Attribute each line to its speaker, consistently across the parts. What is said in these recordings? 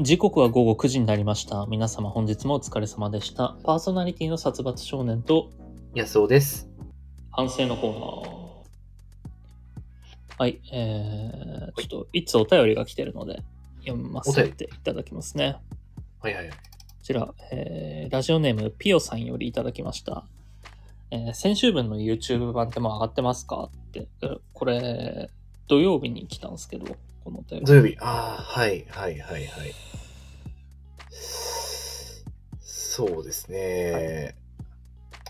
Speaker 1: 時刻は午後9時になりました。皆様本日もお疲れ様でした。パーソナリティの殺伐少年と
Speaker 2: 安尾です。
Speaker 1: 反省のコーナー。はい、えー、ちょっといつお便りが来てるので読ませていただきますね。
Speaker 2: はいはいはい。
Speaker 1: こちら、えーラジオネームピオさんよりいただきました。えー先週分の YouTube 版ってもう上がってますかって、えーこれ、土曜日に来たんですけど、このお便り
Speaker 2: 土曜日。ああ、はいはいはいはい。そうですね。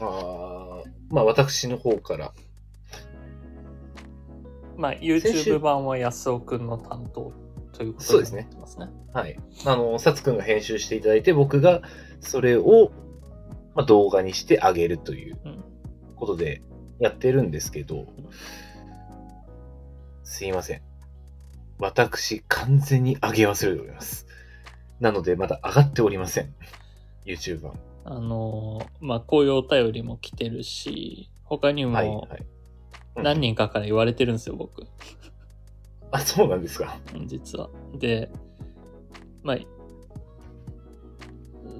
Speaker 2: ああ、まあ私の方から。
Speaker 1: まあ、
Speaker 2: 先週
Speaker 1: YouTube 版は安尾くんの担当ということ
Speaker 2: そうです
Speaker 1: に
Speaker 2: ね
Speaker 1: なってますね。
Speaker 2: はい。あの、さつくんが編集していただいて、僕がそれを、まあ、動画にしてあげるという
Speaker 1: うん
Speaker 2: ことでやってるんですけど、すいません。私、完全に上げ忘れております。なので、まだ上がっておりません。YouTube 版。
Speaker 1: あのーまあ、こういうお便りも来てるし、他に
Speaker 2: はい
Speaker 1: も
Speaker 2: はい。うん
Speaker 1: 何人かから言われてるんですよ、僕、
Speaker 2: あ、そうなんですか。
Speaker 1: うん実は。で、まあ、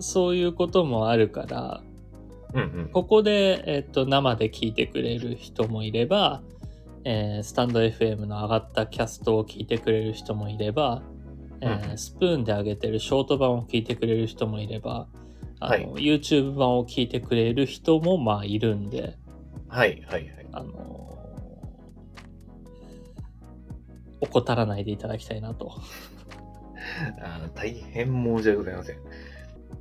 Speaker 1: そういうこともあるから、
Speaker 2: うんうん。
Speaker 1: ここで、えっと、生で聞いてくれる人もいれば、えースタンド FM の上がったキャストを聞いてくれる人もいれば、えー
Speaker 2: うん
Speaker 1: スプーンで上げてるショート版を聞いてくれる人もいれば、あの YouTube 版を聞いてくれる人もまあいるんで、
Speaker 2: はいはいはい。
Speaker 1: あのー怠らないでいただきたいなと。
Speaker 2: あー大変申し訳ございません。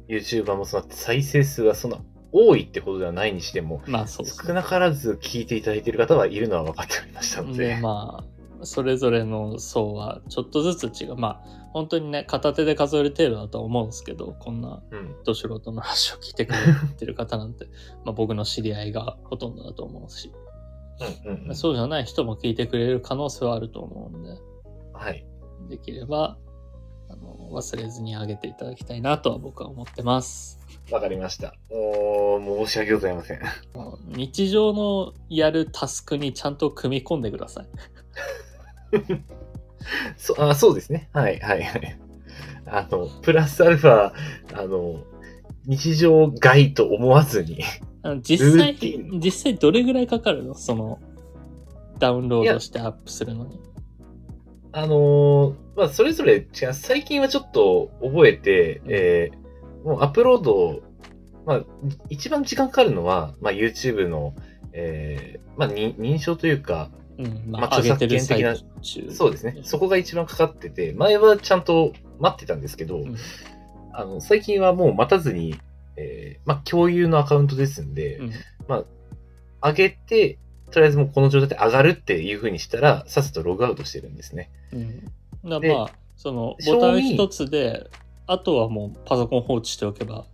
Speaker 2: YouTuber もその再生数がそんな多いってほどではないにしても、
Speaker 1: まあそうです
Speaker 2: 少なからず聞いていただいている方はいるのは分かっておりましたので。
Speaker 1: でまあそれぞれの層はちょっとずつ違うまあ本当にね片手で数える程度だとは思うんですけどこんな
Speaker 2: うん。
Speaker 1: ど素人の話を聞いてくれてる方なんて まあ僕の知り合いがほとんどだと思うし、
Speaker 2: うんうん、うん。
Speaker 1: そうじゃない人も聞いてくれる可能性はあると思うんで
Speaker 2: はい。
Speaker 1: できればあの忘れずにあげていただきたいなとは僕は思ってます。
Speaker 2: わかりました。おー、申し訳ございません。
Speaker 1: もう日常のやるタスクにちゃんと組み込んでください。
Speaker 2: そあそうですね。はいはいはい。あの、プラスアルファ、あの、日常外と思わずに。
Speaker 1: あの実際
Speaker 2: ルーティ、ン
Speaker 1: 実際どれぐらいかかるのその、ダウンロ
Speaker 2: い
Speaker 1: ード
Speaker 2: や
Speaker 1: してアップするのに。
Speaker 2: あのーまあ、それぞれ違う、最近はちょっと覚えて、えーもうアップロード、まあ、一番時間かかるのは、まあ、YouTube の、えーまあ、に認証というか、
Speaker 1: うん、
Speaker 2: ま
Speaker 1: ま
Speaker 2: あ
Speaker 1: あ、上げてる
Speaker 2: 著作
Speaker 1: 最
Speaker 2: 権
Speaker 1: 中。
Speaker 2: そうですね、そこが一番かかってて、前はちゃんと待ってたんですけど、
Speaker 1: うん
Speaker 2: あの最近はもう待たずに、えーまあ、共有のアカウントですんで、
Speaker 1: うん
Speaker 2: 上げて、とりあえずもうこの状態で上がるっていう風にしたら、さっさとログアウトしてるんですね。
Speaker 1: うん。だか
Speaker 2: で
Speaker 1: らまあ、その、
Speaker 2: 正
Speaker 1: ボ
Speaker 2: 味
Speaker 1: タン一つで、あとはもうパソコン放置しておけば、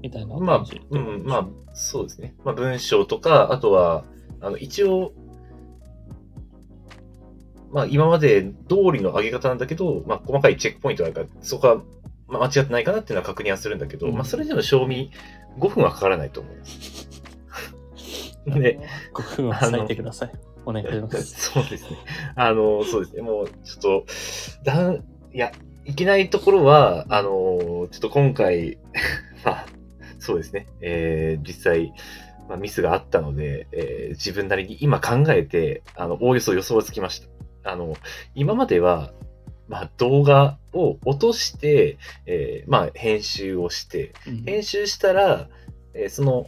Speaker 1: みたいな
Speaker 2: まあ
Speaker 1: 感じ。、
Speaker 2: うん、まあ、そうですね。まあ、文章とか、あとは、あの、一応、まあ、今まで通りの上げ方なんだけど、まあ、細かいチェックポイントがあるから、そこは、まあ、間違ってないかなっていうのは確認はするんだけど、
Speaker 1: うん
Speaker 2: まあ、それでも賞味5分はかからないと 思います。
Speaker 1: あの
Speaker 2: で、
Speaker 1: ご不分を
Speaker 2: あの
Speaker 1: 割いてください。お願いします。
Speaker 2: そうですね。あの、そうですね。もう、ちょっと、だん、いや、いけないところは、あの、ちょっと今回、 まあ、そうですね。えー実際、まあ、ミスがあったので、えー自分なりに今考えて、あの、おおよそ予想はつきました。あの、今までは、まあ、動画を落として、えーまあ、編集をして、
Speaker 1: うん
Speaker 2: 編集したら、えーその、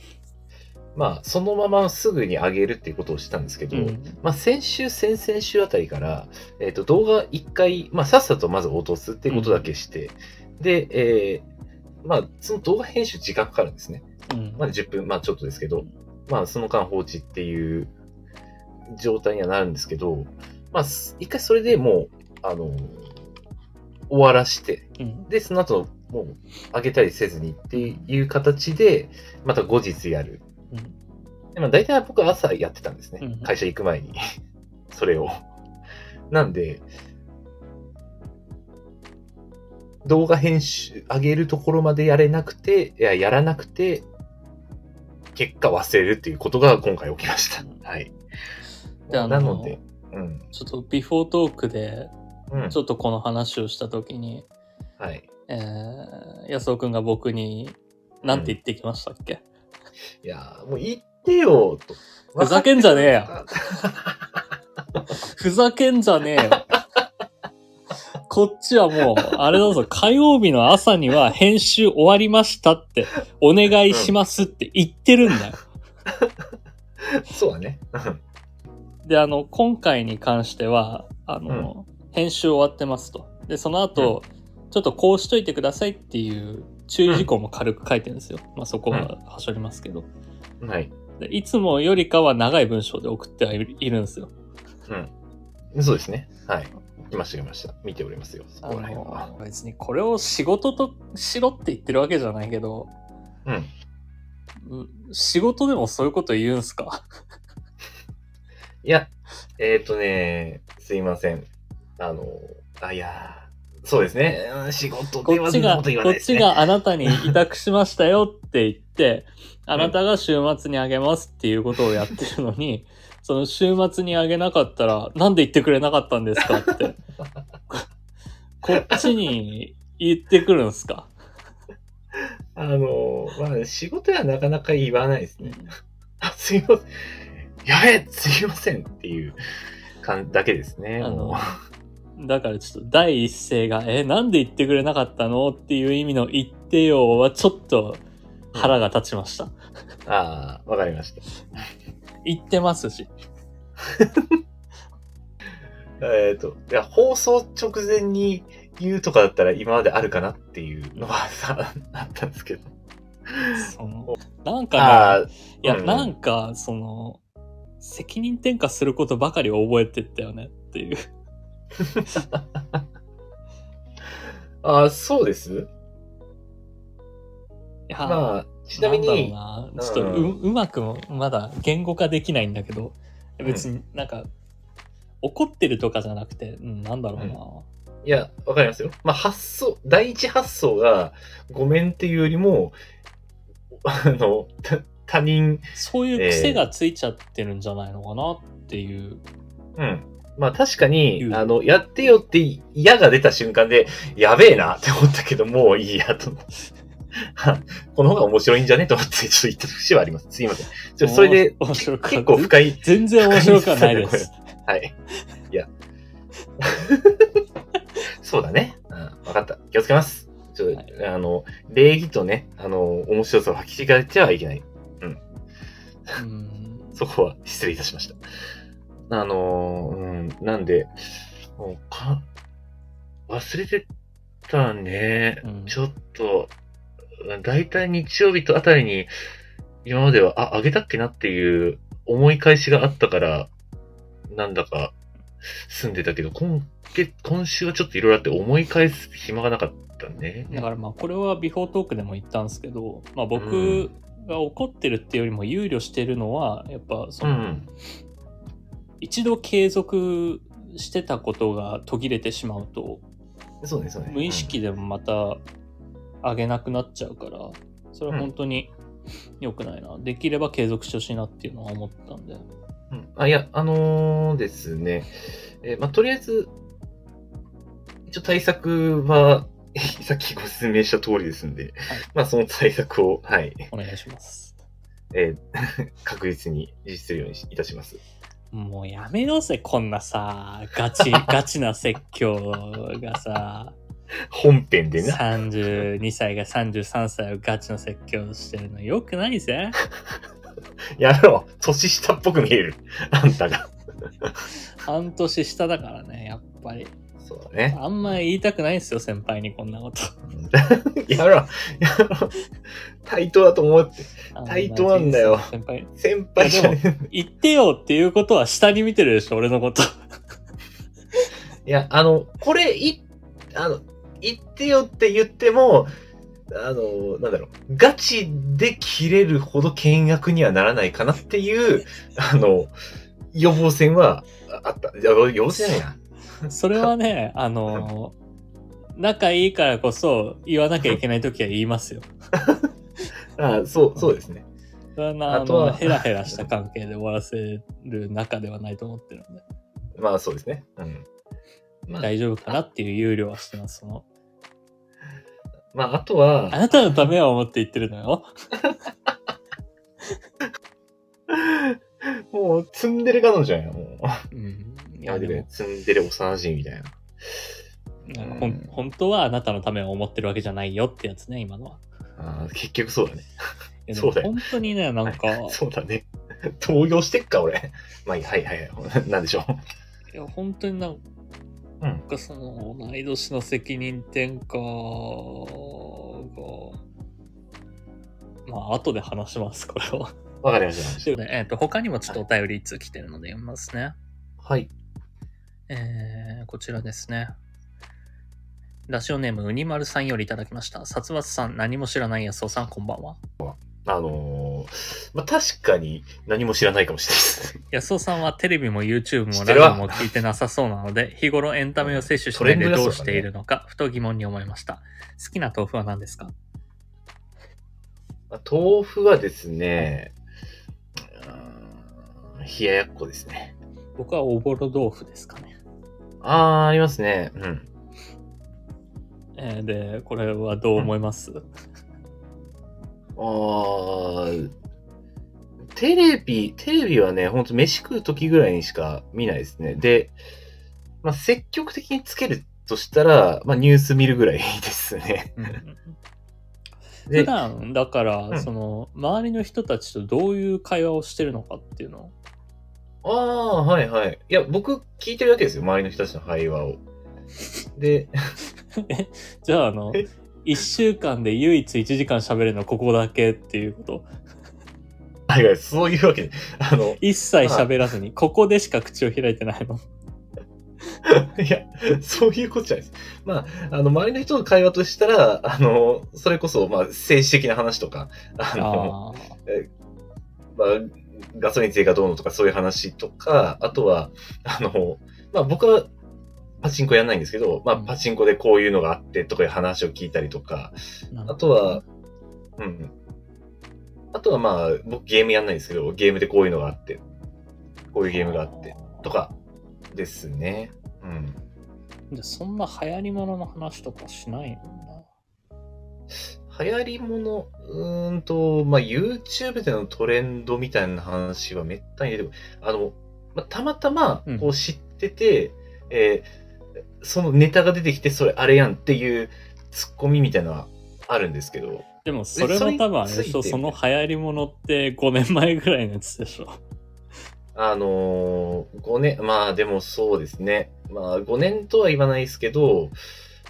Speaker 2: まあ、そのまますぐに上げるっていうことをしたんですけど、
Speaker 1: うん
Speaker 2: まあ、先週、先々週あたりから、えっと動画一回、まあ、さっさとまず落とすってことだけして、で、えーまあ、その動画編集時間かかるんですね。
Speaker 1: うん
Speaker 2: まあ、10分、まあ、ちょっとですけ
Speaker 1: う
Speaker 2: ど
Speaker 1: ん、
Speaker 2: まあ、その間放置っていう状態にはなるんですけど、まあ、す一回それでもう、あのー終わらして、
Speaker 1: うん
Speaker 2: で、その後、もう、上げたりせずにっていう形で、また後日やる。
Speaker 1: うん
Speaker 2: でまあ、大体僕は朝やってたんですね。
Speaker 1: うん
Speaker 2: 会社行く前に。 それを。なんで、動画編集、上げるところまでやれなくて、いや、やらなくて、結果忘れるっていうことが今回起きまし
Speaker 1: うん
Speaker 2: た。はい。
Speaker 1: であの
Speaker 2: なので、うん。
Speaker 1: ちょっとビフォートークで
Speaker 2: うん
Speaker 1: ちょっとこの話をした時に、
Speaker 2: はい。
Speaker 1: えー、安尾くんが僕に、なんて言ってきましたっけ、
Speaker 2: いやー、もう言ってよ、と。
Speaker 1: ふざけんじゃねえよ。ふざけんじゃねえよ。 こっちはもう、あれだぞ、火曜日の朝には編集終わりましたって、お願いしますって言ってるんだよ。
Speaker 2: そうだね。うん
Speaker 1: で、あの、今回に関しては、あの、編集終わってますと。で、その後、ちょっとこうしといてくださいっていう注意事項も軽く書いてるんですよ。まあ、そこははしょりますけど。
Speaker 2: はい。
Speaker 1: でいつもよりかは長い文章で送ってはいるいるんですよ。
Speaker 2: うん。そうですね。はい。来ました、来ました。見ておりますよ。そ
Speaker 1: あ
Speaker 2: こら辺は。
Speaker 1: の別にこれを仕事としろって言ってるわけじゃないけど、
Speaker 2: うん。
Speaker 1: うん仕事でもそういうこと言うんすか
Speaker 2: いや、えっ、とね、すいません。あの、あ、いやー、そうですね。うん仕事
Speaker 1: こ
Speaker 2: では
Speaker 1: っ
Speaker 2: そ
Speaker 1: ち
Speaker 2: んな
Speaker 1: が、
Speaker 2: こと言わ
Speaker 1: こ
Speaker 2: ない
Speaker 1: っ
Speaker 2: です
Speaker 1: ち
Speaker 2: ね。
Speaker 1: があなたに委託しましたよって言って、あなたが週末にあげますっていうことをやってるの に、その週末にあげなかったら、なんで言ってくれなかったんですかって。こっちに言ってくるんすか
Speaker 2: あの、まあ、仕事はなかなか言わないですね。あ、すいません。やべえ、すいませんっていう感だけですね。
Speaker 1: あの
Speaker 2: も
Speaker 1: だからちょっと第一声が、え、なんで言ってくれなかったのっていう意味の言ってよはちょっと腹が立ちました。
Speaker 2: うああ、わかりました。
Speaker 1: 言ってますし。
Speaker 2: えっ、と、いや、放送直前に言うとかだったら今まであるかなっていうのはさ、あったんですけど。
Speaker 1: そのなん
Speaker 2: あ
Speaker 1: か
Speaker 2: あ
Speaker 1: ね、いや、
Speaker 2: うん
Speaker 1: なんか、その、責任転嫁することばかり覚えてったよねっていう。
Speaker 2: ああ、そうです。
Speaker 1: いや
Speaker 2: まあ、ちなみに、
Speaker 1: なんだろうな、ちょっとう,、
Speaker 2: うん
Speaker 1: うまくもまだ言語化できないんだけど、別になんか、怒ってるとかじゃなくて、うん、なんだろうな。
Speaker 2: いや、わかりますよ。まあ、発想、第一発想が、ごめんっていうよりも、あの、た他人、
Speaker 1: そういう癖がついちゃってるんじゃないのかなっていう。
Speaker 2: うん。まあ、確かに
Speaker 1: う、ん
Speaker 2: あの、やってよって嫌が出た瞬間で、やべえなって思ったけど、もういいやと 思って。はこの方が面白いんじゃねと思って、ちょっと言った節はあります。すいません。ちょそれで、
Speaker 1: 面白かった
Speaker 2: 結構深い、
Speaker 1: 全然面白くは ないです。
Speaker 2: はい。いや。 そうだね。うん、わかった。気をつけます。ちょっと、あの、礼儀とね、あの、面白さを履き違えてはいけない。
Speaker 1: うん
Speaker 2: そこは失礼いたしました。あのー、うん、なんで、もうか、忘れてたね。
Speaker 1: うん
Speaker 2: ちょっと、うん大体日曜日とあたりに、今までは、あ、あげたっけなっていう思い返しがあったから、なんだか、済んでたけど、今月、今週はちょっといろいろあって思い返す暇がなかったね。
Speaker 1: だからまあこれはビフォートークでも言ったんですけど、まあ、
Speaker 2: う
Speaker 1: 僕
Speaker 2: ん
Speaker 1: が怒ってるっていうよりも憂慮してるのはやっぱそうの
Speaker 2: ん。
Speaker 1: 一度継続してたことが途切れてしまうと
Speaker 2: そうね、そうね。
Speaker 1: 無意識でもまた上げなくなっちゃうからそれは本当に良くないなできれば継続してほしいなっていうのは思ったんで
Speaker 2: うんあ、いや、あのーですね。えーまあ、とりあえず、一応対策は、 さっきご説明した通りですんで、まあ、その対策を、はい、
Speaker 1: お願いします
Speaker 2: えー 確実に実施するようにいたします。
Speaker 1: もうやめようぜこんなさガ チガチな説教がさ
Speaker 2: 本編でな。
Speaker 1: 32歳が33歳をガチの説教してるのよくないぜ。
Speaker 2: やろう。年下っぽく見える。あんたが。
Speaker 1: 半年下だからね、やっぱり。
Speaker 2: そうだね。
Speaker 1: あんま言いたくないんですよ、先輩にこんなこと。
Speaker 2: やろう。やろう。対等だと思って。対等なんだよ
Speaker 1: あの先輩、
Speaker 2: 先輩じゃねえ
Speaker 1: 言ってよっていうことは下に見てるでしょ、俺の こと。
Speaker 2: いや、あの、これ、い、あの、言ってよって言っても、あの、なんだろう、ガチで切れるほど険悪にはならないかなっていう、あの、予防線はああった。いや予防線じゃない
Speaker 1: それはね、あの、仲いいからこそ言わなきゃいけない時は言いますよ。
Speaker 2: な。あそう、そうですね。
Speaker 1: そんな、あ
Speaker 2: あと
Speaker 1: の、
Speaker 2: は
Speaker 1: ヘラヘラした関係で終わらせる仲ではないと思ってるんで、
Speaker 2: まあ、そうですね。うん。まあ、
Speaker 1: 大丈夫かなっていう憂慮はしてます、その。
Speaker 2: まあ、あと
Speaker 1: あ
Speaker 2: は、
Speaker 1: なたのためは思って言ってるのよ。
Speaker 2: もう、ツンデレ彼女じゃんよ、も
Speaker 1: う
Speaker 2: う。
Speaker 1: ん。い
Speaker 2: いや、
Speaker 1: や、
Speaker 2: で
Speaker 1: で
Speaker 2: も、ツンデレ幼馴染みたい
Speaker 1: も、な
Speaker 2: な。
Speaker 1: んかほん本当はあなたのためを思ってるわけじゃないよってやつね、今のは。
Speaker 2: あー結局そうだね。
Speaker 1: いやで
Speaker 2: そ
Speaker 1: も
Speaker 2: うだよ
Speaker 1: 本当にね、なんか、
Speaker 2: そうだね。 動揺してっか、俺。まあいい、はいはいはい。 なんでしょう。
Speaker 1: いや本当になん
Speaker 2: うん
Speaker 1: かその同い年の責任転嫁が、まあ後で話しますこれは。
Speaker 2: わかりました。
Speaker 1: でえっと他にもちょっとお便り1通来てるので読みますね。
Speaker 2: はい。
Speaker 1: えーこちらですね。ラジオネームうにまるさんよりいただきました。殺伐さん何も知らないやすおさんこんばんは。
Speaker 2: あのー、まあ確かに何も知らないかもしれないです。
Speaker 1: やすおさんはテレビも YouTube
Speaker 2: 知
Speaker 1: も
Speaker 2: っ
Speaker 1: ラ
Speaker 2: て
Speaker 1: ジ
Speaker 2: るわ
Speaker 1: オも聞いてなさそうなので、日頃エンタメを摂取しないでどうしているのか、ふと疑問に思いました。好きな豆腐は何ですか
Speaker 2: まあ豆腐はですね、うーん冷ややっこですね。
Speaker 1: 僕はおぼろ豆腐ですかね。
Speaker 2: あー、ありますね。うん。
Speaker 1: えーで、これはどう思います、
Speaker 2: あー、テレビ、テレビはね、ほんと飯食う時ぐらいにしか見ないですね。で、まあ積極的につけるとしたら、まあニュース見るぐらいですね。
Speaker 1: うん
Speaker 2: で
Speaker 1: 普段、だから、
Speaker 2: うん
Speaker 1: その、周りの人たちとどういう会話をしてるのかっていうのを
Speaker 2: ああ、はいはい。いや、僕聞いてるだけですよ、周りの人たちの会話を。で、
Speaker 1: じゃあ、あの
Speaker 2: え、
Speaker 1: 1週間で唯一1時間喋れるのはここだけっていうこと。
Speaker 2: はいはい、そういうわけで、あの、
Speaker 1: 一切喋らずに、ここでしか口を開いてないの。
Speaker 2: いや、そういうことじゃないです。まあ、あの、周りの人の会話としたら、あの、それこそ、まあ、政治的な話とか、あ
Speaker 1: ああ。
Speaker 2: の、まあ、ガソリン税がどうのとか、そういう話とか、あとは、あの、まあ、僕は、パチンコやらないんですけど、まあ、パチンコでこういうのがあってとかいう話を聞いたりとか、
Speaker 1: なん
Speaker 2: あとは、うん。あとはまあ、僕ゲームやんないですけど、ゲームでこういうのがあって、こういうゲームがあって、とかですね。うん。
Speaker 1: でそんな流行り物の話とかしないんだ。
Speaker 2: 流行りもの、うーんと、まあ、YouTube でのトレンドみたいな話はめったに出てこない。あの、まあ、たまたま
Speaker 1: うん、
Speaker 2: こう知ってて、えーそのネタが出てきて、それあれやんっていうツッコミみたいなのはあるんですけど、
Speaker 1: でも、それ
Speaker 2: それ
Speaker 1: も
Speaker 2: に
Speaker 1: 多分あれでしょ、
Speaker 2: ついて
Speaker 1: その流行り物って5年前ぐらいのやつでしょ。
Speaker 2: あのー、5年、まあでもそうですね。まあ5年とは言わないですけど、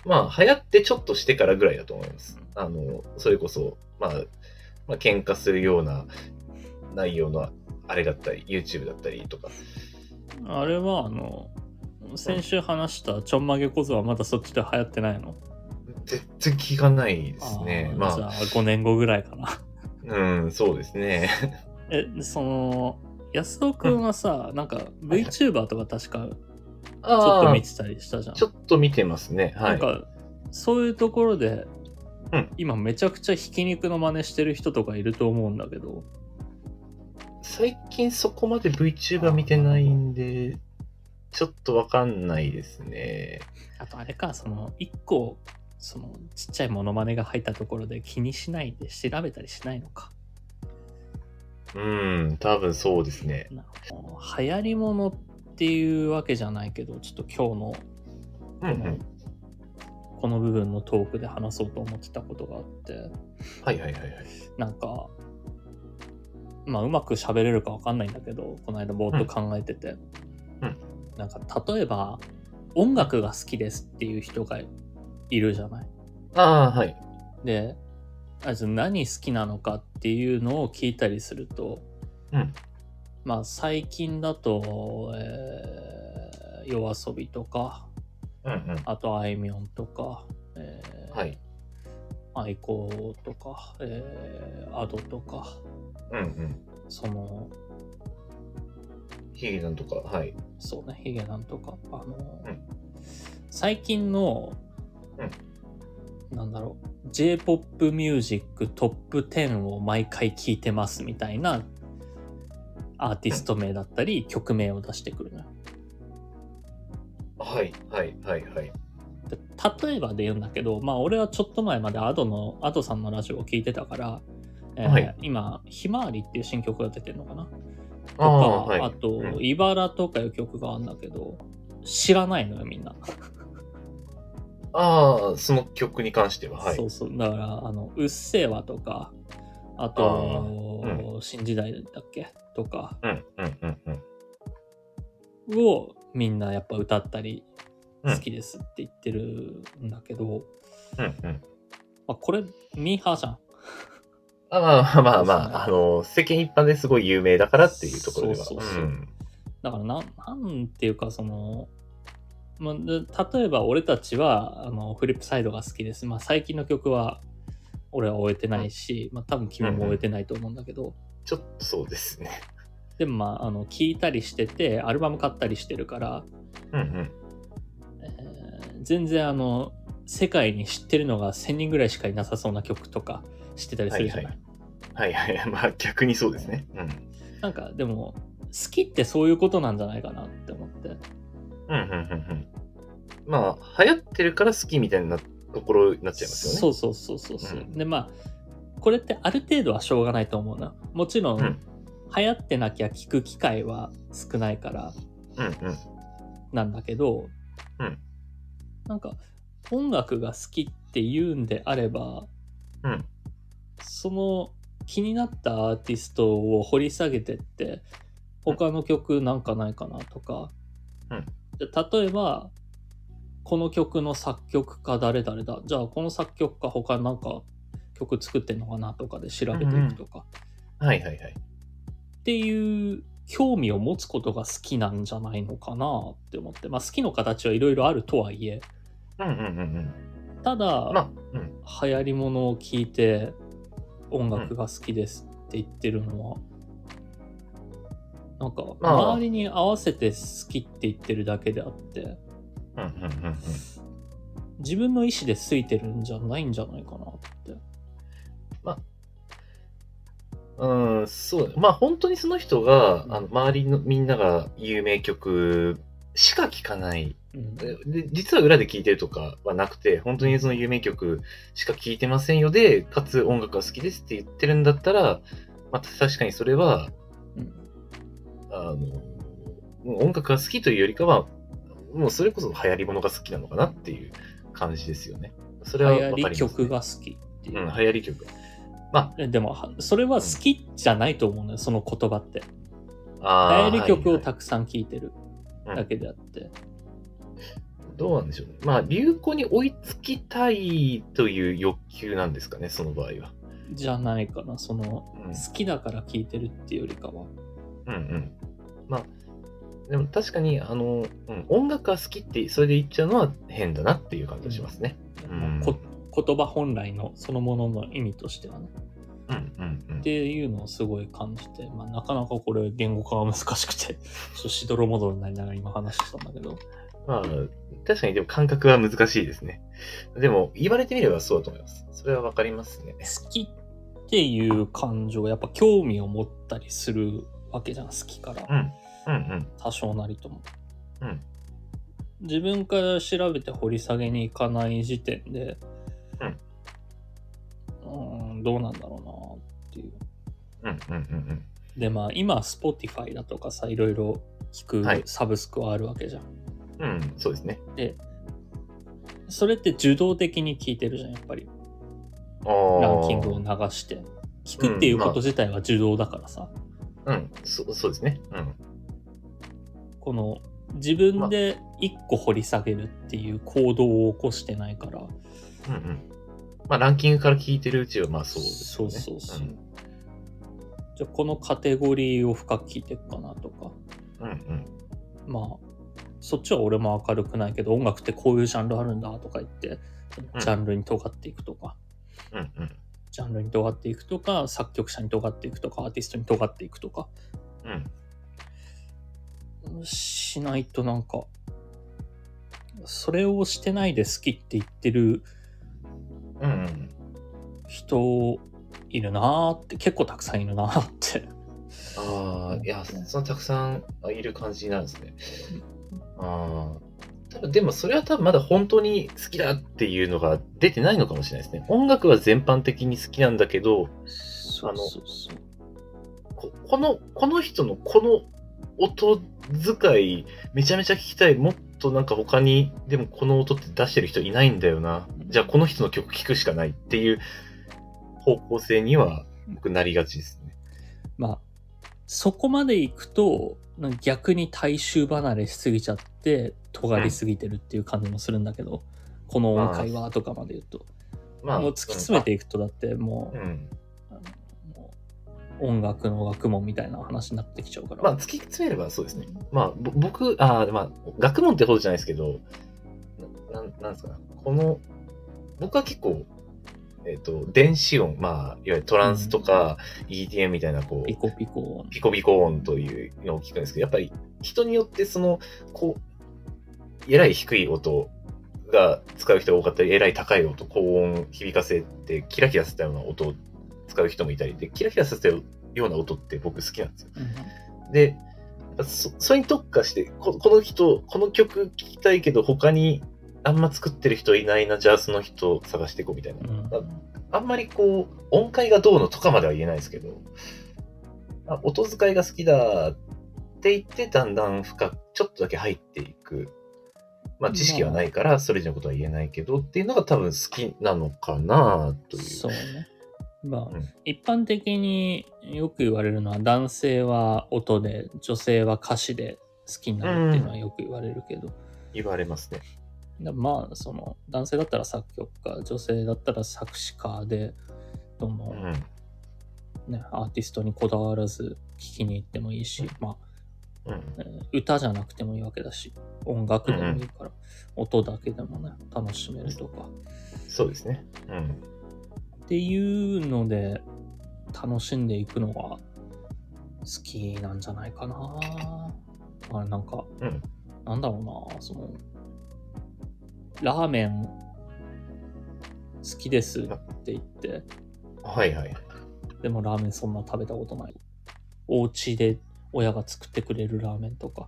Speaker 2: まあ流行ってちょっとしてからぐらいだと思います。あの、それこそ、まあ、まあ喧嘩するような内容のあれだったり、YouTube だったりとか。
Speaker 1: あれはあの先週話したちょんまげ小僧はまだそっちで流行ってないの
Speaker 2: 絶対聞かないですね。
Speaker 1: ー
Speaker 2: ま
Speaker 1: じゃ
Speaker 2: あ、
Speaker 1: あ5年後ぐらいかな
Speaker 2: うん、そうですね。
Speaker 1: えその安尾くんはさ、なんか VTuber とか確かちょっと
Speaker 2: あ
Speaker 1: 見
Speaker 2: あ、
Speaker 1: てたりしたじゃん
Speaker 2: ちょっと見てますね。は
Speaker 1: なん
Speaker 2: い。
Speaker 1: かそういうところで、
Speaker 2: うん
Speaker 1: 今めちゃくちゃひき肉の真似してる人とかいると思うんだけど
Speaker 2: 最近そこまで VTuber 見てないんで、ちょっとわかんないですね。
Speaker 1: あとあれかその1個そのちっちゃいモノマネが入ったところで気にしないで調べたりしないのか
Speaker 2: うん、多分そうですね。
Speaker 1: なるほど流行り物っていうわけじゃないけどちょっと今日の
Speaker 2: うんうん。
Speaker 1: この部分のトークで話そうと思ってたことがあって
Speaker 2: はいはいはいはい。
Speaker 1: なんかまあうまく喋れるかわかんないんだけどこの間ぼーっと考えてて、
Speaker 2: うん
Speaker 1: なんか例えば音楽が好きですっていう人がいるじゃない。
Speaker 2: ああ、はい。
Speaker 1: であじゃあ何好きなのかっていうのを聞いたりすると
Speaker 2: うん。
Speaker 1: まあ最近だと、えー、夜遊びとか
Speaker 2: うんうん。
Speaker 1: あとあいみょんとか、えー
Speaker 2: はい。
Speaker 1: アイコとか、えー、アドとか、
Speaker 2: うんうん。
Speaker 1: その、
Speaker 2: ヒゲさんとか、はい。
Speaker 1: そうね、ヒゲなんとか、あの、
Speaker 2: うん
Speaker 1: 最近の、なんだろう、J-POP ミュージックトップ10を毎回聴いてますみたいなアーティスト名だったり、曲名を出してくるのよ
Speaker 2: はい、はい、はい、はい。
Speaker 1: で例えばで言うんだけど、まあ俺はちょっと前まで Ado の、Ado さんのラジオを聞いてたから、えー
Speaker 2: はい
Speaker 1: 今、ひまわりっていう新曲が出てるのかなとか、
Speaker 2: あ
Speaker 1: あ,、
Speaker 2: あ、はい。
Speaker 1: と、
Speaker 2: うん
Speaker 1: イバラとかいう曲があるんだけど、知らないのよ、みんな。
Speaker 2: ああ、その曲に関しては、はい。
Speaker 1: そうそう。だから、あの、うっせぇわとか、あと、
Speaker 2: あ
Speaker 1: 新時代だっけとか
Speaker 2: うん、うん、うん、うん。
Speaker 1: をみんなやっぱ歌ったり、
Speaker 2: うん
Speaker 1: 好きですって言ってるんだけど、
Speaker 2: うん、うん。
Speaker 1: まあ、これ、ミーハーじゃん。
Speaker 2: あまあま
Speaker 1: そ
Speaker 2: あま
Speaker 1: うそう
Speaker 2: あ、あの、世間一般ですごい有名だからっていうところでは。
Speaker 1: そうそうそうんだからなん、なんていうか、その、まあ、で例えば俺たちはあのフリップサイドが好きです。まあ、最近の曲は俺は終えてないし、まあ、多分君も終えてないと思うんだけど、
Speaker 2: ちょっとそうですね。
Speaker 1: でもまあ、あの、聴いたりしてて、アルバム買ったりしてるから、
Speaker 2: うんうん。
Speaker 1: えー全然あの、世界に知ってるのが1000人ぐらいしかいなさそうな曲とか知ってたりするじゃない。
Speaker 2: はいはいはい。まあ逆にそうですね。うん。
Speaker 1: なんか、でも、好きってそういうことなんじゃないかなって思って。
Speaker 2: うんうんうんうん。まあ、流行ってるから好きみたいなところになっちゃいますよね。
Speaker 1: そうそうそうそうそう、
Speaker 2: うん
Speaker 1: でまあこれってある程度はしょうがないと思うなもちろん、
Speaker 2: うん
Speaker 1: 流行ってなきゃ聞く機会は少ないから
Speaker 2: うんうん。
Speaker 1: なんだけど、
Speaker 2: うん
Speaker 1: なんか音楽が好きって言うんであれば、
Speaker 2: うん
Speaker 1: その気になったアーティストを掘り下げてって他の曲なんかないかなとか、
Speaker 2: うん
Speaker 1: じゃあ例えばこの曲の作曲家誰々だじゃあこの作曲家他なんか曲作ってんのかなとかで調べていくとか、
Speaker 2: はいはいはい。
Speaker 1: っていう興味を持つことが好きなんじゃないのかなって思って、まあ、好きの形はいろいろあるとはいえ
Speaker 2: うんうんうんうん。
Speaker 1: ただ、
Speaker 2: まあ、うん。
Speaker 1: 流行りものを聞いて音楽が好きですって言ってるのは、なんか
Speaker 2: まあ
Speaker 1: 周りに合わせて好きって言ってるだけであって
Speaker 2: うんうんうんうん。
Speaker 1: 自分の意思でついてるんじゃないんじゃないかなって。
Speaker 2: うん、そう。まあ本当にその人が、
Speaker 1: うん
Speaker 2: あの周りのみんなが有名曲しか聴かない。
Speaker 1: うん
Speaker 2: で、実は裏で聴いてるとかはなくて、本当にその有名曲しか聴いてませんよで、かつ音楽が好きですって言ってるんだったら、まあ確かにそれは、
Speaker 1: うん
Speaker 2: あの、もう音楽が好きというよりかは、もうそれこそ流行り物が好きなのかなっていう感じですよね。それ
Speaker 1: 流
Speaker 2: はわか
Speaker 1: 行り
Speaker 2: ります、ね。
Speaker 1: 曲が好きっていう
Speaker 2: うん、流行り曲。
Speaker 1: えでもはそれは好きじゃないと思うのよその言葉って流
Speaker 2: あ
Speaker 1: 行
Speaker 2: ー
Speaker 1: り曲を
Speaker 2: はいはい
Speaker 1: たくさん聴いてるだけであって、
Speaker 2: どうなんでしょうね。まあ、流行に追いつきたいという欲求なんですかね、その場合は。
Speaker 1: じゃないかなその
Speaker 2: うん、
Speaker 1: 好きだから聴いてるっていうよりかは
Speaker 2: うん、うん。まあ、でも確かに、あの、うん、音楽が好きって、それで言っちゃうのは変だなっていう感じがしますね。うん
Speaker 1: こ言葉本来のそのものの意味としてはね
Speaker 2: うん、うん、うん
Speaker 1: っ。ていうのをすごい感じて、まあ、なかなかこれ言語化が難しくて ちょっとしどろもどろになりながら今話してたんだけど
Speaker 2: まあ、確かにでも感覚は難しいですね。でも、言われてみればそうだと思います。それはわかりますね。
Speaker 1: 好きっていう感情やっぱ興味を持ったりするわけじゃん好きから
Speaker 2: うん、うん、うん。
Speaker 1: 多少なりとも、
Speaker 2: うん
Speaker 1: 自分から調べて掘り下げに行かない時点でうんんどうなんだろうなっていう
Speaker 2: うん、うん、うん、
Speaker 1: でまあ今 Spotify だとかさいろいろ聞
Speaker 2: はい
Speaker 1: くサブスクはあるわけじゃん、
Speaker 2: うん。うん、そうですね。
Speaker 1: それって受動的に聞いてるじゃんやっぱり
Speaker 2: あ
Speaker 1: ラ
Speaker 2: ー
Speaker 1: ンキングを流して聞くっていうこと自体は受動だからさ、
Speaker 2: うん、そそうですね。うん。
Speaker 1: この自分で一個掘り下げるっていう行動を起こしてないから、
Speaker 2: うんうん。まあ、ランキングから聞いてるうちは、まあそうですよね。
Speaker 1: そうそうそう
Speaker 2: うん
Speaker 1: じゃあこのカテゴリーを深く聞いていくかなとか
Speaker 2: うんうん。
Speaker 1: まあそっちは俺も明るくないけど音楽ってこういうジャンルあるんだとか言って
Speaker 2: うん
Speaker 1: ジャンルに尖っていくとか、
Speaker 2: うんうん。
Speaker 1: ジャンルに尖っていくとか作曲者に尖っていくとかアーティストに尖っていくとか
Speaker 2: うん。
Speaker 1: しないとなんかそれをしてないで好きって言ってる
Speaker 2: うんうん。
Speaker 1: 人いるなーって結構たくさんいるなーって
Speaker 2: ああ、いや、そのたくさんいる感じなんですね。ああ。多分でもそれは多分まだ本当に好きだっていうのが出てないのかもしれないですね。音楽は全般的に好きなんだけど、
Speaker 1: そうそうそう。
Speaker 2: ここの、この人のこの音使い、めちゃめちゃ聞きたい。もっとなんか他に、でもこの音って出してる人いないんだよな。じゃあこの人の曲聴くしかないっていう方向性には僕なりがちですね。
Speaker 1: まあ、そこまで行くと、なんか逆に大衆離れしすぎちゃって、尖りすぎてるっていう感じもするんだけど、この音階はとかまで言うと。
Speaker 2: まあ、
Speaker 1: もう突き詰めていくと、だっても
Speaker 2: うん。うん。
Speaker 1: う、あのもう音楽の学問みたいな話になってきちゃうから。
Speaker 2: まあ突き詰めればそうですね。まあ、ぼ僕、ああ、まあ、学問ってほどじゃないですけど、ななんなんですかね、この、僕は結構、えっ、と、電子音、まあ、いわゆるトランスとか EDM みたいな、こう、
Speaker 1: ピコピコ音。
Speaker 2: ピコピコ音というのを聞くんですけど、やっぱり人によってその、こう、えらい低い音が使う人が多かったり、えらい高い音、高音響かせて、キラキラさせたような音を使う人もいたりで、キラキラさせたような音って僕好きなんですよ。
Speaker 1: うん
Speaker 2: で、そそれに特化してこ、この人、この曲聴きたいけど、他にあんま作ってる人いないな、じゃあその人を探していこうみたいな。
Speaker 1: うん
Speaker 2: あんまりこう、音階がどうのとかまでは言えないですけど、あ音使いが好きだって言って、だんだん深く、ちょっとだけ入っていく。まあ知識はないから、それ以上のことは言えないけどっていうのが多分好きなのかなという。
Speaker 1: そうね。まあ、
Speaker 2: うん
Speaker 1: 一般的によく言われるのは男性は音で女性は歌詞で好きになるっていうのはよく言われるけど、
Speaker 2: 言われますね。
Speaker 1: だまあその男性だったら作曲家女性だったら作詞家でど
Speaker 2: う
Speaker 1: の、
Speaker 2: ん。
Speaker 1: ね、アーティストにこだわらず聴きに行ってもいいし、ま
Speaker 2: うん。
Speaker 1: あえー歌じゃなくてもいいわけだし音楽でもいいから、音だけでもね楽しめるとか
Speaker 2: そうですね。うん。
Speaker 1: っていうので楽しんでいくのが好きなんじゃないかな。あれなんか、
Speaker 2: うん
Speaker 1: なんだろうな、その、ラーメン好きですって言って、
Speaker 2: はいはい。
Speaker 1: でもラーメンそんな食べたことない。お家で親が作ってくれるラーメンとか、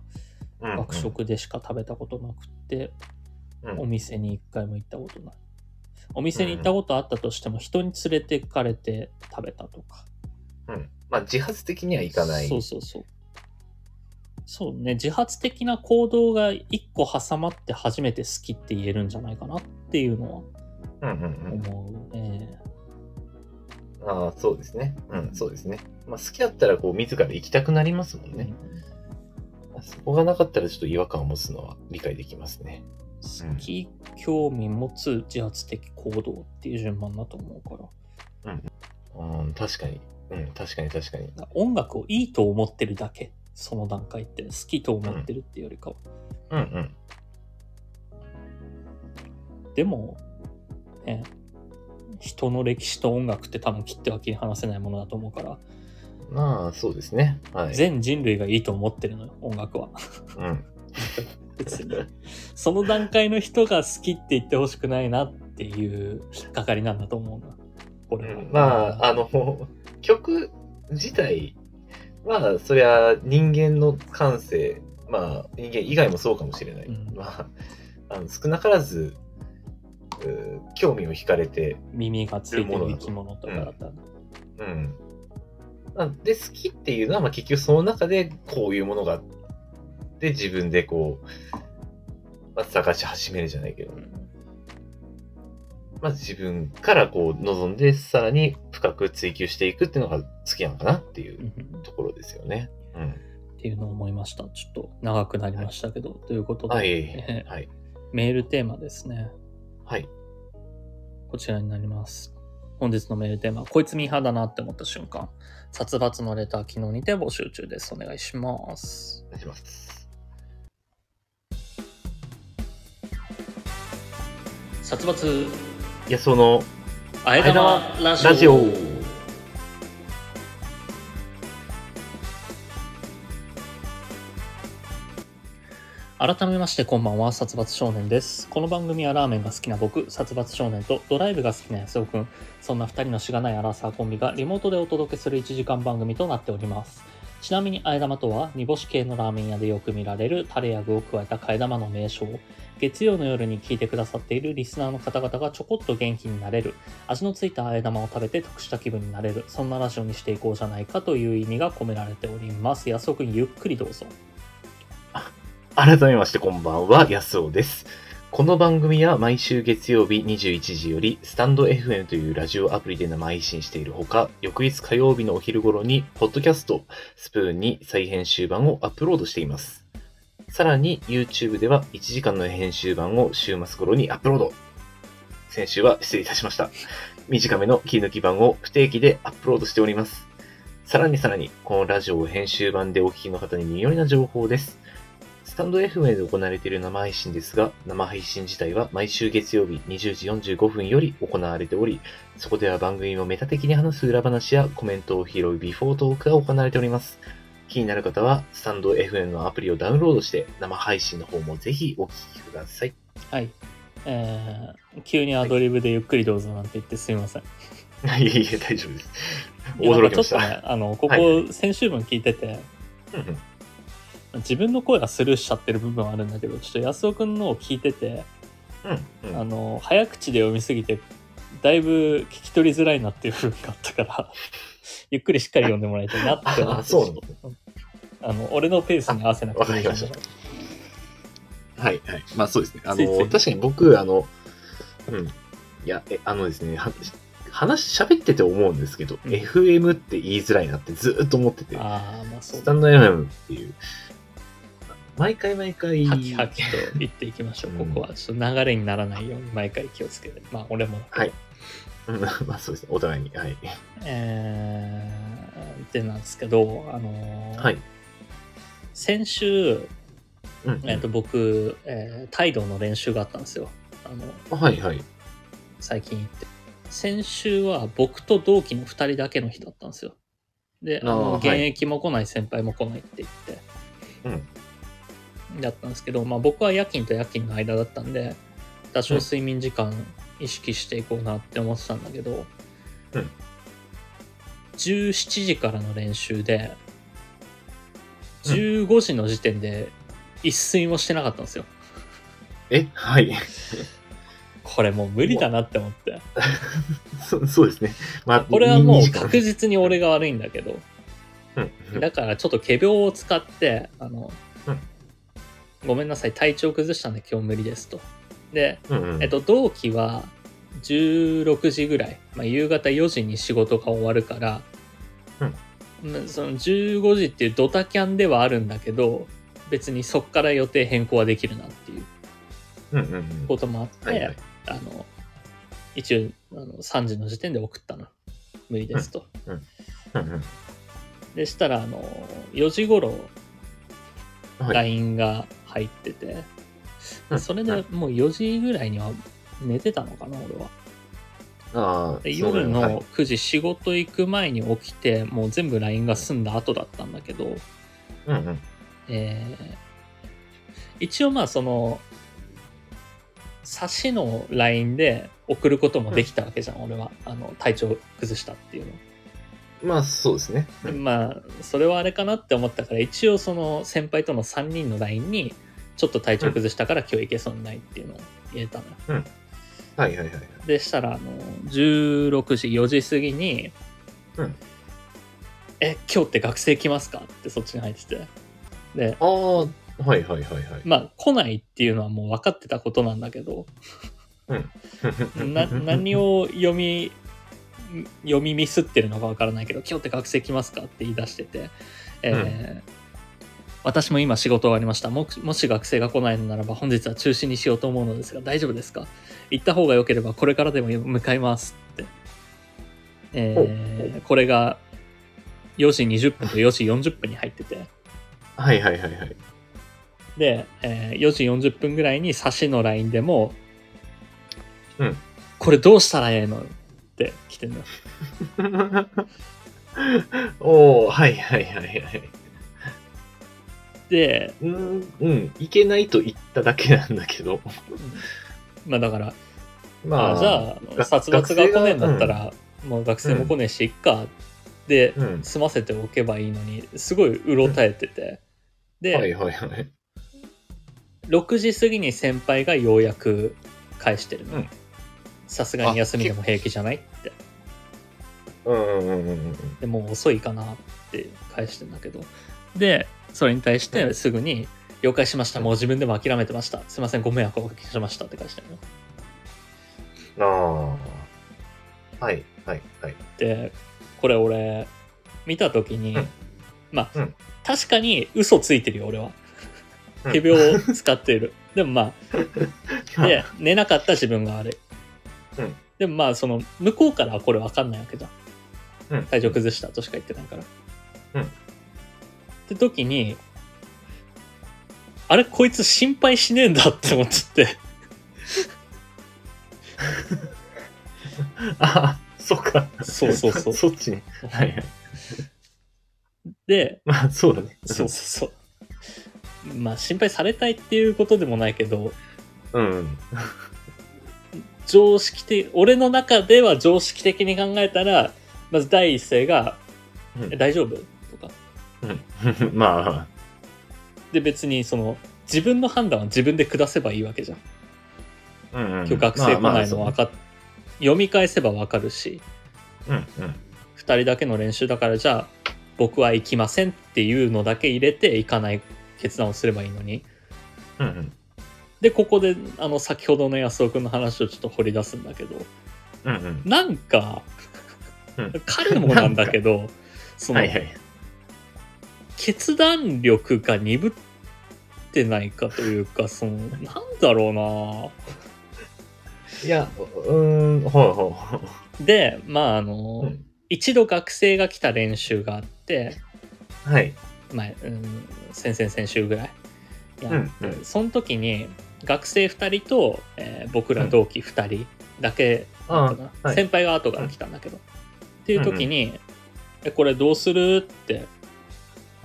Speaker 2: うん
Speaker 1: 学。食でしか食べたことなくって、
Speaker 2: うん
Speaker 1: お店に一回も行ったことない。お店に行ったことあったとしても、人に連れてかれて食べたとか。
Speaker 2: うん。まあ自発的にはいかない。
Speaker 1: そうそうそう。そうね、自発的な行動が一個挟まって初めて好きって言えるんじゃないかなっていうのは
Speaker 2: うんうんうん。
Speaker 1: 思うね。
Speaker 2: ああ、そうですね。うん、そうですね。まあ好きだったらこう自ら行きたくなりますもんね。そこがなかったらちょっと違和感を持つのは理解できますね。
Speaker 1: 好き、興味持つ自発的行動っていう順番だと思うから。
Speaker 2: うん、確かに。うん、確かに確かに。
Speaker 1: だから音楽をいいと思ってるだけ、その段階って。好きと思ってるっていうよりかは。
Speaker 2: うんうん。
Speaker 1: でも、ね、人の歴史と音楽って多分切っては切り離せないものだと思うから、
Speaker 2: まあ、そうですね。はい。
Speaker 1: 全人類がいいと思ってるのよ、音楽は。
Speaker 2: うん。
Speaker 1: 別にその段階の人が好きって言ってほしくないなっていう引っかかりなんだと思うなこれは、
Speaker 2: まあ、あの、曲自体は、そりゃ人間の感性、まあ、人間以外もそうかもしれない。
Speaker 1: うん
Speaker 2: まあ、あの少なからず、うー興味を惹かれて、
Speaker 1: 耳がついてる生き物とかだったら、
Speaker 2: うん。まあで、好きっていうのは、まあ、結局その中でこういうものがあって、自分でこう、まあ、探し始めるじゃないけど、まあ、自分からこう望んで、さらに深く追求していくっていうのが好きなのかなってい
Speaker 1: うん
Speaker 2: うところですよね。うん。
Speaker 1: っていうのを思いましたちょっと長くなりましたけど、ということで、
Speaker 2: はい
Speaker 1: え。ー
Speaker 2: はい。
Speaker 1: メールテーマですね
Speaker 2: はい。
Speaker 1: こちらになります本日のメールテーマこいつミーハーだなって思った瞬間殺伐のレター機能にて募集中ですお願いします
Speaker 2: お願いします。
Speaker 1: 殺伐
Speaker 2: いや、その、
Speaker 1: あえ玉ラジオ
Speaker 2: ラジオ。
Speaker 1: 改めましてこんばんは殺伐少年ですこの番組はラーメンが好きな僕殺伐少年とドライブが好きな安尾くんそんな2人のしがないアラサーコンビがリモートでお届けする1時間番組となっておりますちなみに、あえ玉とは、煮干し系のラーメン屋でよく見られるタレや具を加えた替え玉の名称。月曜の夜に聞いてくださっているリスナーの方々がちょこっと元気になれる。味のついたあえ玉を食べて得した気分になれる。そんなラジオにしていこうじゃないかという意味が込められております。安尾くん、ゆっくりどうぞ。
Speaker 2: 改めましてこんばんは、安尾です。この番組は毎週月曜日21時より、スタンド FM というラジオアプリで生配信しているほか、翌日火曜日のお昼頃に、ポッドキャスト、スプーンに再編集版をアップロードしています。さらに、YouTube では1時間の編集版を週末頃にアップロード。先週は失礼いたしました。短めの切り抜き版を不定期でアップロードしております。さらにさらに、このラジオを編集版でお聞きの方に耳寄りな情報です。スタンド FM で行われている生配信ですが、生配信自体は毎週月曜日20時45分より行われており、そこでは番組をメタ的に話す裏話やコメントを拾うビフォートークが行われております。気になる方は、スタンド FM のアプリをダウンロードして、生配信の方もぜひお聞きください。
Speaker 1: はい。えー、急にアドリブでゆっくりどうぞなんて言ってすみません。
Speaker 2: いえいえ、大丈夫です。
Speaker 1: いやなん
Speaker 2: 驚
Speaker 1: か
Speaker 2: き
Speaker 1: ちょ
Speaker 2: ま
Speaker 1: っ
Speaker 2: した
Speaker 1: と。ね、あの、こ
Speaker 2: は
Speaker 1: こ先週分聞いてて、
Speaker 2: うんうん
Speaker 1: 自分の声はスルーしちゃってる部分はあるんだけど、ちょっと安尾くんのを聞いてて、
Speaker 2: うんう
Speaker 1: あ
Speaker 2: ん、
Speaker 1: の、早口で読みすぎて、だいぶ聞き取りづらいなっていう部分があったから、 ゆっくりしっかり読んでもらいたいなって思っ て。
Speaker 2: あそうなんだ
Speaker 1: うんあの、俺のペースに合わせなくていい
Speaker 2: あわかりましたはいはい。まあそうですね。あ
Speaker 1: ついつ
Speaker 2: の、
Speaker 1: い
Speaker 2: 確かに僕、あの、うん。いや、え、あのですね、は話、喋ってて思うんですけど、
Speaker 1: うん
Speaker 2: FM って言いづらいなってずーっと思ってて、
Speaker 1: ああ、まあそう
Speaker 2: ス。タンド FM っていう、毎回毎回、
Speaker 1: はきはきと言っていきましょう、
Speaker 2: う
Speaker 1: こ
Speaker 2: ん
Speaker 1: こは。ちょっと流れにならないように毎回気をつけて。まあ、俺も。
Speaker 2: はいうんまあそうですね、お互いに。はい。
Speaker 1: えー、ってなんですけど、あのー
Speaker 2: はい。
Speaker 1: 先週、
Speaker 2: うん
Speaker 1: えっと僕、えー、態度の練習があったんですよあの
Speaker 2: はいはい。
Speaker 1: 最近行って先週は僕と同期の2人だけの日だったんですよであの
Speaker 2: あー
Speaker 1: 現役も来ない先輩も来ないって言って、だったんですけど、まあ、僕は夜勤と夜勤の間だったんで多少睡眠時間意識していこうなって思ってたんだけど、
Speaker 2: うん
Speaker 1: 17時からの練習で15時の時点で一睡もしてなかったんですよ
Speaker 2: えはい。
Speaker 1: これもう無理だなって思って
Speaker 2: そそうですね。まあ、
Speaker 1: これはも
Speaker 2: に
Speaker 1: う確実に俺が悪いんだけど
Speaker 2: うんうん
Speaker 1: だからちょっと仮病を使ってあの、
Speaker 2: うん
Speaker 1: ごめんなさい体調崩したんで今日無理ですとで、
Speaker 2: うんうん
Speaker 1: えっと、同期は16時ぐらい、まあ、夕方4時に仕事が終わるから、まあその15時っていうドタキャンではあるんだけど別にそっから予定変更はできるなっていう
Speaker 2: うんうんうん
Speaker 1: こともあって、
Speaker 2: はいはい。
Speaker 1: あの、一応、あの3時の時点で送ったの。無理ですと。
Speaker 2: うん
Speaker 1: でしたら、あの、4時頃、
Speaker 2: うんはい
Speaker 1: LINE が入ってて、でそれでもう4時ぐらいには寝てたのかな、俺は。
Speaker 2: あ
Speaker 1: で
Speaker 2: ー
Speaker 1: 夜
Speaker 2: そうなんだ
Speaker 1: の9時、仕事行く前に起きて、もう全部 LINE が済んだ後だったんだけど、
Speaker 2: はいうんうん
Speaker 1: えー一応まあ、その、差しの LINE で送ることもできたわけじゃん、俺は。あの、体調崩したっていうの。
Speaker 2: まあそうですね。う ん
Speaker 1: まあそれはあれかなって思ったから一応その先輩との3人の LINE にちょっと体調崩したから今日行けそうにないっていうのを入れたのよ
Speaker 2: はいはいはい。
Speaker 1: でしたらあの16時4時過ぎに「
Speaker 2: うん
Speaker 1: え今日って学生来ますか?」ってそっちに入っててで
Speaker 2: ああ、はいはいはいはい。
Speaker 1: まあ来ないっていうのはもう分かってたことなんだけどな何を読み読みミスってるのかわからないけど「今日って学生来ますか?」って言い出してて、えー私も今仕事終わりましたももし学生が来ないのならば本日は中止にしようと思うのですが大丈夫ですか行った方が良ければこれからでも向かいます」って、えーこれが4時20分と4時40分に入ってて
Speaker 2: はいはいはい はい。
Speaker 1: で、えー4時40分ぐらいに差しの LINE でも「
Speaker 2: うん
Speaker 1: これどうしたらええの?」って来てんのよ
Speaker 2: おおはいはいはいはい。
Speaker 1: で
Speaker 2: うーん、うん、いけないと言っただけなんだけど。
Speaker 1: まあだから、
Speaker 2: ま
Speaker 1: あ
Speaker 2: あ、
Speaker 1: じゃあ、
Speaker 2: が
Speaker 1: 殺伐が来ねえんだったら、もう学生も来ねえし、いっかっで
Speaker 2: うん。
Speaker 1: 済ませておけばいいのにすごいうろたえててで、
Speaker 2: はいはいはい。
Speaker 1: 6時過ぎに先輩がようやく返してる
Speaker 2: う
Speaker 1: の
Speaker 2: ん
Speaker 1: さすがに休みでも平気じゃないって
Speaker 2: うんうんうんうんうん。
Speaker 1: でもう遅いかなって返してんだけどでそれに対してすぐに「了解しましたもう自分でも諦めてましたすいませんご迷惑をおかけしました」って返してるの
Speaker 2: ああ。はいはいはい。
Speaker 1: でこれ俺見た時に、
Speaker 2: うん
Speaker 1: まあ、
Speaker 2: うん
Speaker 1: 確かに嘘ついてるよ俺は
Speaker 2: うん
Speaker 1: 仮病を使っているでもまあで寝なかった自分が悪い、
Speaker 2: うん
Speaker 1: でもまあその向こうからはこれ分かんないわけじゃん
Speaker 2: うん
Speaker 1: 体調崩したとしか言ってないから。
Speaker 2: うん
Speaker 1: って時に、あれ、こいつ心配しねえんだって思っちゃって。
Speaker 2: あそっか。
Speaker 1: そうそうそう
Speaker 2: そっちね。はいはい。
Speaker 1: で、
Speaker 2: まあそうだね。
Speaker 1: そうそうそう。まあ、心配されたいっていうことでもないけど、
Speaker 2: うん。うん。
Speaker 1: 常識的、俺の中では常識的に考えたら、まず第一声が、
Speaker 2: うん
Speaker 1: え大丈夫とか。
Speaker 2: うんまあ、
Speaker 1: で、別に、その、自分の判断は自分で下せばいいわけじゃん。
Speaker 2: うんう
Speaker 1: 今
Speaker 2: ん、
Speaker 1: 日学生来
Speaker 2: まあま
Speaker 1: な
Speaker 2: あ
Speaker 1: い
Speaker 2: そ
Speaker 1: の
Speaker 2: う
Speaker 1: 分かっ、読み返せば分かるし、
Speaker 2: うんうん。
Speaker 1: 2人だけの練習だからじゃあ僕は行きませんっていうのだけ入れて行かない決断をすればいいのに
Speaker 2: うんうん。
Speaker 1: でここであの先ほどの安尾君の話をちょっと掘り出すんだけど
Speaker 2: うんうん。
Speaker 1: なんか、
Speaker 2: うん
Speaker 1: 彼もなんだけ どその、
Speaker 2: はいはい。
Speaker 1: 決断力が鈍ってないかというかそのなんだろうない
Speaker 2: や、うーん、ほうほうほ
Speaker 1: でまああの、
Speaker 2: うん
Speaker 1: 一度学生が来た練習があって
Speaker 2: う。はい。
Speaker 1: 前、うん、先々先週ぐらいやって、
Speaker 2: うんうん
Speaker 1: その時に学生2人と、えー僕ら同期2人だけ、
Speaker 2: うん
Speaker 1: だったかな
Speaker 2: はい
Speaker 1: 先輩が後から来たんだけど、っていう時に、え「これどうする?」って、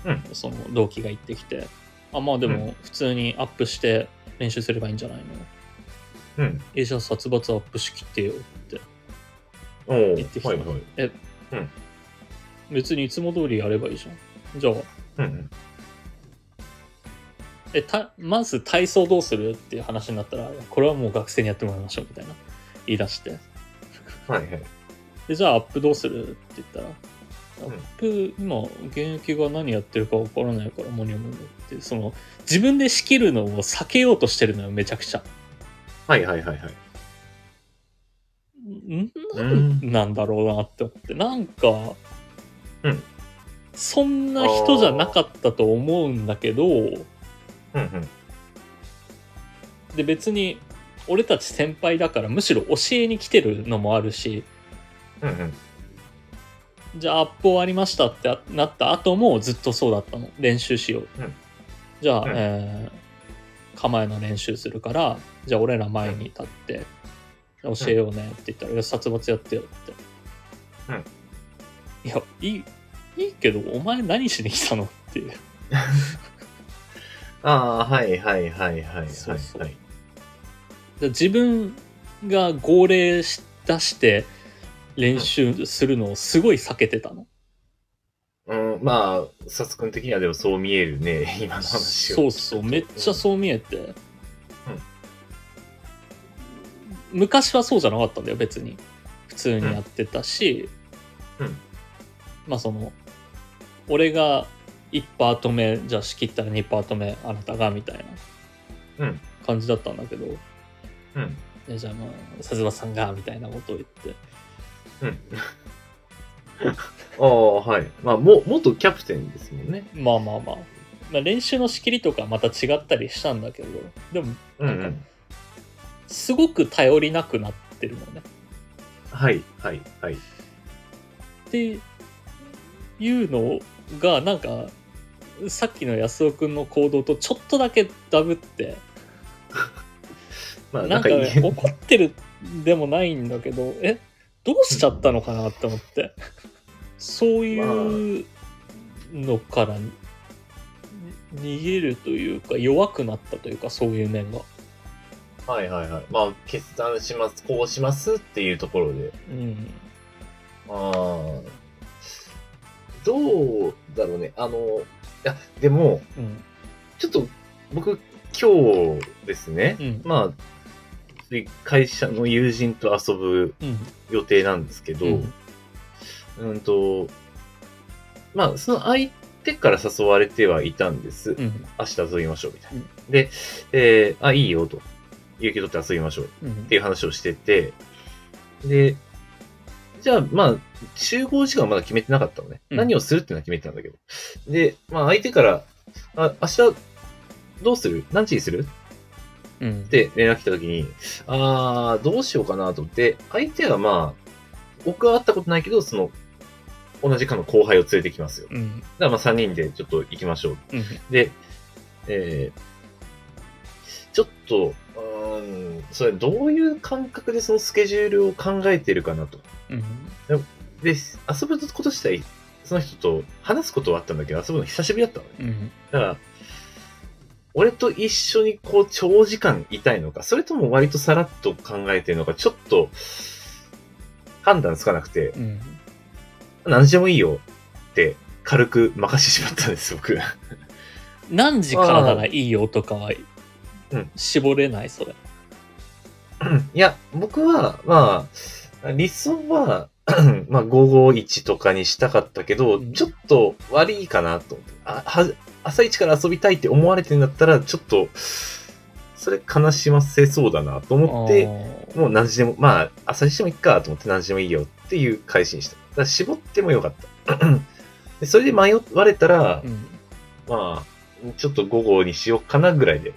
Speaker 2: うん
Speaker 1: その同期が言ってきて「あまあで
Speaker 2: う
Speaker 1: も普通にアップして練習すればいいんじゃないの?
Speaker 2: うん。」
Speaker 1: え「じゃあ殺伐アップしきってよ」って
Speaker 2: おお。はい
Speaker 1: 言ってきた
Speaker 2: はい。
Speaker 1: 別にいつも通りやればいいじゃんじゃあ
Speaker 2: うんうん。
Speaker 1: えたまず体操どうするっていう話になったらいやこれはもう学生にやってもらいましょうみたいな言い出して
Speaker 2: はいはい。
Speaker 1: でじゃあアップどうするって言ったらア
Speaker 2: ん
Speaker 1: ップ、今現役が何やってるか分からないからモニョモニョってその自分で仕切るのを避けようとしてるのよめちゃくちゃ
Speaker 2: はいはいはいはい。
Speaker 1: ん
Speaker 2: うん
Speaker 1: なんだろうなって思ってなんか、
Speaker 2: うん
Speaker 1: そんな人じゃなかったと思うんだけど
Speaker 2: うんうん。
Speaker 1: で別に俺たち先輩だからむしろ教えに来てるのもあるし
Speaker 2: うんうん。
Speaker 1: じゃあアップ終わりましたってなった後もずっとそうだったの練習しよう、
Speaker 2: うん
Speaker 1: じゃあ、
Speaker 2: うん
Speaker 1: えー構えの練習するからじゃあ俺ら前に立って、教えようねって言ったらいや「殺伐やってよ」って、
Speaker 2: うん
Speaker 1: いやいいいいけどお前何しに来たのっていう
Speaker 2: ああ、はいはいはいはいはい
Speaker 1: そうそう
Speaker 2: はい。
Speaker 1: で自分が号令し出して練習するのをすごい避けてたの、
Speaker 2: うん、まあ、さつくん的にはでもそう見えるね、 今の話を。
Speaker 1: そうそうめっちゃそう見えて、昔はそうじゃなかったんだよ別に普通にやってたし、
Speaker 2: うんうん
Speaker 1: まあその俺が1パート目じゃあ仕切ったら2パート目あなたがみたいな
Speaker 2: うん
Speaker 1: 感じだったんだけど、
Speaker 2: うん。
Speaker 1: でじゃあまあ佐島さんがみたいなことを言って
Speaker 2: うん。ああ、はい。まあ、も、元キャプテンですもんね。
Speaker 1: まあまあまあ、まあ、練習の仕切りとかまた違ったりしたんだけどでも
Speaker 2: うん、う
Speaker 1: なんん。すごく頼りなくなってるのね
Speaker 2: はい、はい、はい。
Speaker 1: っていうのがなんかさっきの安尾くんの行動とちょっとだけダブって
Speaker 2: まあ、
Speaker 1: な
Speaker 2: なんん
Speaker 1: か、
Speaker 2: か、
Speaker 1: ね、怒ってるでもないんだけどえどうしちゃったのかなって思ってそういうのからに逃げるというか弱くなったというかそういう面が、
Speaker 2: はいはいはい。まあ、決断します、こうしますっていうところで。
Speaker 1: うん、
Speaker 2: ああ。どうだろうね。あの、いや、でも、
Speaker 1: うん。
Speaker 2: ちょっと、僕、今日ですね、
Speaker 1: うん
Speaker 2: まあ、つい会社の友人と遊ぶ
Speaker 1: うん。
Speaker 2: 予定なんですけど、
Speaker 1: うん
Speaker 2: うん、と、まあ、その相手から誘われてはいたんです。
Speaker 1: うん。
Speaker 2: 明日遊びましょう、みたいな。
Speaker 1: うん
Speaker 2: で、えーあ、いいよ、と。勇気取って遊びましょう。
Speaker 1: うん
Speaker 2: っていう話をしてて、で、じゃあ、まあ、集合時間はまだ決めてなかったのね。
Speaker 1: うん
Speaker 2: 何をするっていうのは決めてたんだけど。で、まあ、相手から、あ、明日、どうする何時にする
Speaker 1: うん。
Speaker 2: って連絡来た時に、あー、どうしようかなと思って、相手はまあ、僕は会ったことないけど、その、同じ課の後輩を連れてきますよ。だか
Speaker 1: うん。
Speaker 2: らまあ、3人でちょっと行きましょう。
Speaker 1: うん。
Speaker 2: で、えーちょっと、うーん、それどういう感覚でそのスケジュールを考えてるかなと。
Speaker 1: うん。
Speaker 2: で、遊ぶこと自体、その人と話すことはあったんだけど、遊ぶの久しぶりだったのね。
Speaker 1: うん。
Speaker 2: だから、俺と一緒にこう長時間いたいのか、それとも割とさらっと考えてるのか、ちょっと判断つかなくて、
Speaker 1: うん。
Speaker 2: 何時でもいいよって軽く任せてしまったんです、僕。
Speaker 1: 何時からならいいよとかは
Speaker 2: うん、
Speaker 1: 絞れない、それ。
Speaker 2: いや、僕は、まあ、理想は、 まあ、551とかにしたかったけど、
Speaker 1: うん
Speaker 2: ちょっと悪いかなと思ってあは。朝一から遊びたいって思われてるんだったら、ちょっと、それ悲しませそうだなと思って、
Speaker 1: あー
Speaker 2: もう何時でも、まあ、朝にしてもいいかと思って何時でもいいよっていう開始にした。だから絞ってもよかった。 でそれで迷われたら、
Speaker 1: うん。
Speaker 2: まあ、ちょっと午後にしようかなぐらいで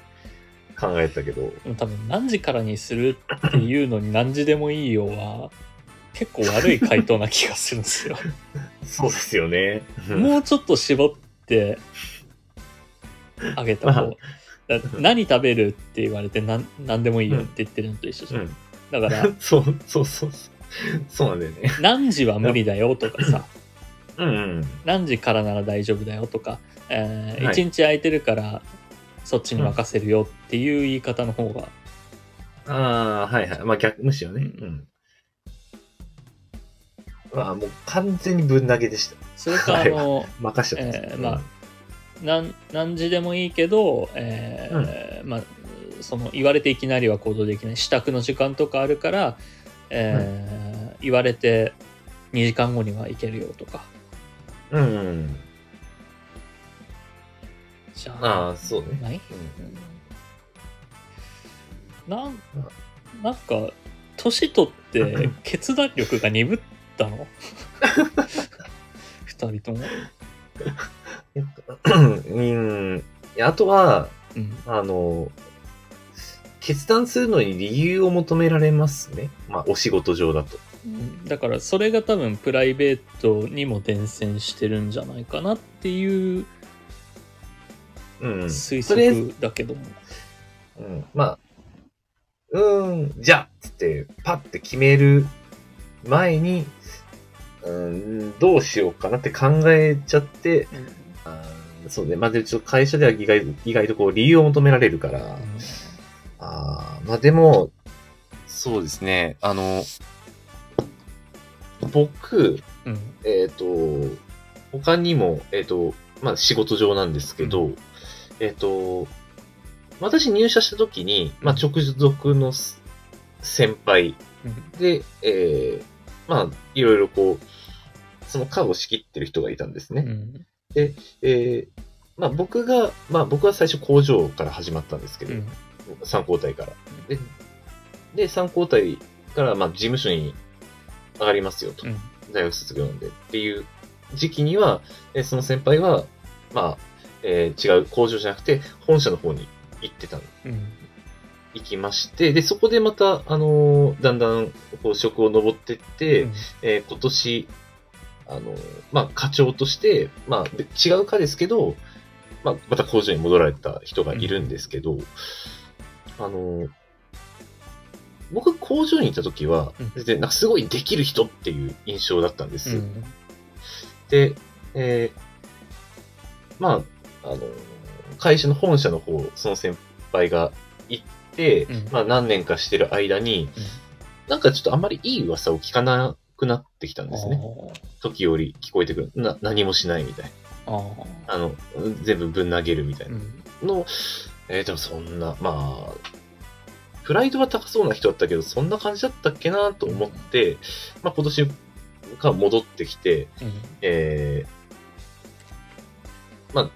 Speaker 2: 考えたけど、
Speaker 1: でも多分何時からにするっていうのに何時でもいいよは、結構悪い回答な気がするんですよ。
Speaker 2: そうですよね。
Speaker 1: もうちょっと絞ってあげた方が、だ何食べるって言われて何何でもいいよって言ってるのと一緒じ
Speaker 2: う
Speaker 1: ゃん、
Speaker 2: ん。
Speaker 1: だから
Speaker 2: そう、そうそうそう。そうなんだよね。
Speaker 1: 何時は無理だよとかさ
Speaker 2: うんうん。
Speaker 1: 何時からなら大丈夫だよとか、えー
Speaker 2: はい
Speaker 1: 一日空いてるからそっちに任せるよっていう言い方の方が、
Speaker 2: ああ、はいはい。まあ逆、むしろね。
Speaker 1: う
Speaker 2: うん。まあもう完全にぶん投げでした。
Speaker 1: それかあ
Speaker 2: はい
Speaker 1: の
Speaker 2: 任せちゃったんです
Speaker 1: えーまあ何何時でもいいけど、えーまあ、その言われていきなりは行動できない支度の時間とかあるから、えー言われて2時間後には行けるよとか
Speaker 2: うん。うん。
Speaker 1: じゃ
Speaker 2: ああ、そうね。
Speaker 1: ない
Speaker 2: うん
Speaker 1: なんなんか年取 って決断力が鈍ったの二人とも、
Speaker 2: やっぱうん。いやあとは、
Speaker 1: うん、
Speaker 2: あの、決断するのに理由を求められますね。まあ、お仕事上だと。
Speaker 1: だからそれが多分プライベートにも伝染してるんじゃないかなっていう
Speaker 2: うん。
Speaker 1: 推
Speaker 2: とりあえず
Speaker 1: 測だけども、
Speaker 2: うん、まあ、うーん、じゃあ、つって、パッて決める前に、うん、どうしようかなって考えちゃって、あーそうね、まあ、で、ちょっと会社では意外意外とこう、理由を求められるから、あーまあでも、そうですね、あの、僕、
Speaker 1: うんうん
Speaker 2: えっ、と、他にも、えっ、と、まあ仕事上なんですけど、
Speaker 1: う
Speaker 2: えっ、と、私入社した時に、まあ直属のす先輩
Speaker 1: うん
Speaker 2: で、えーまあいろいろこう、その課を仕切ってる人がいたんですね。
Speaker 1: うん
Speaker 2: えーまあ僕が、まあ僕は最初工場から始まったんですけ
Speaker 1: う
Speaker 2: ど、
Speaker 1: ん
Speaker 2: 三交代から。で、で三交代から、まあ事務所に上がりますよと。
Speaker 1: うん
Speaker 2: 大学卒業なんでっていう時期には、えーその先輩は、まあ、えー違う工場じゃなくて、本社の方に行ってたの、
Speaker 1: うん
Speaker 2: 行きまして、で、そこでまた、あのーだんだん、こう、職を登ってって、えー今年、あのーまあ、課長として、まあ、で違う課ですけど、まあ、また工場に戻られた人がいるんですけど、あのー僕工場にいた時は
Speaker 1: うん、
Speaker 2: 全然なんかすごいできる人っていう印象だったんです。
Speaker 1: うん
Speaker 2: で、えーまあ、あの、会社の本社の方、その先輩が行って、
Speaker 1: うん
Speaker 2: まあ何年かしてる間に、なんかちょっとあんまりいい噂を聞かなくなってきたんですね。時折聞こえてくる。な、何もしないみたい
Speaker 1: あーあ
Speaker 2: な。あの、全部ぶん投げるみたい
Speaker 1: ー。う。
Speaker 2: なんの、えーでもそんな、まあ、プライドは高そうな人だったけど、そんな感じだったっけなと思って、まあ今年が戻ってきて、
Speaker 1: うん。
Speaker 2: えーまあ、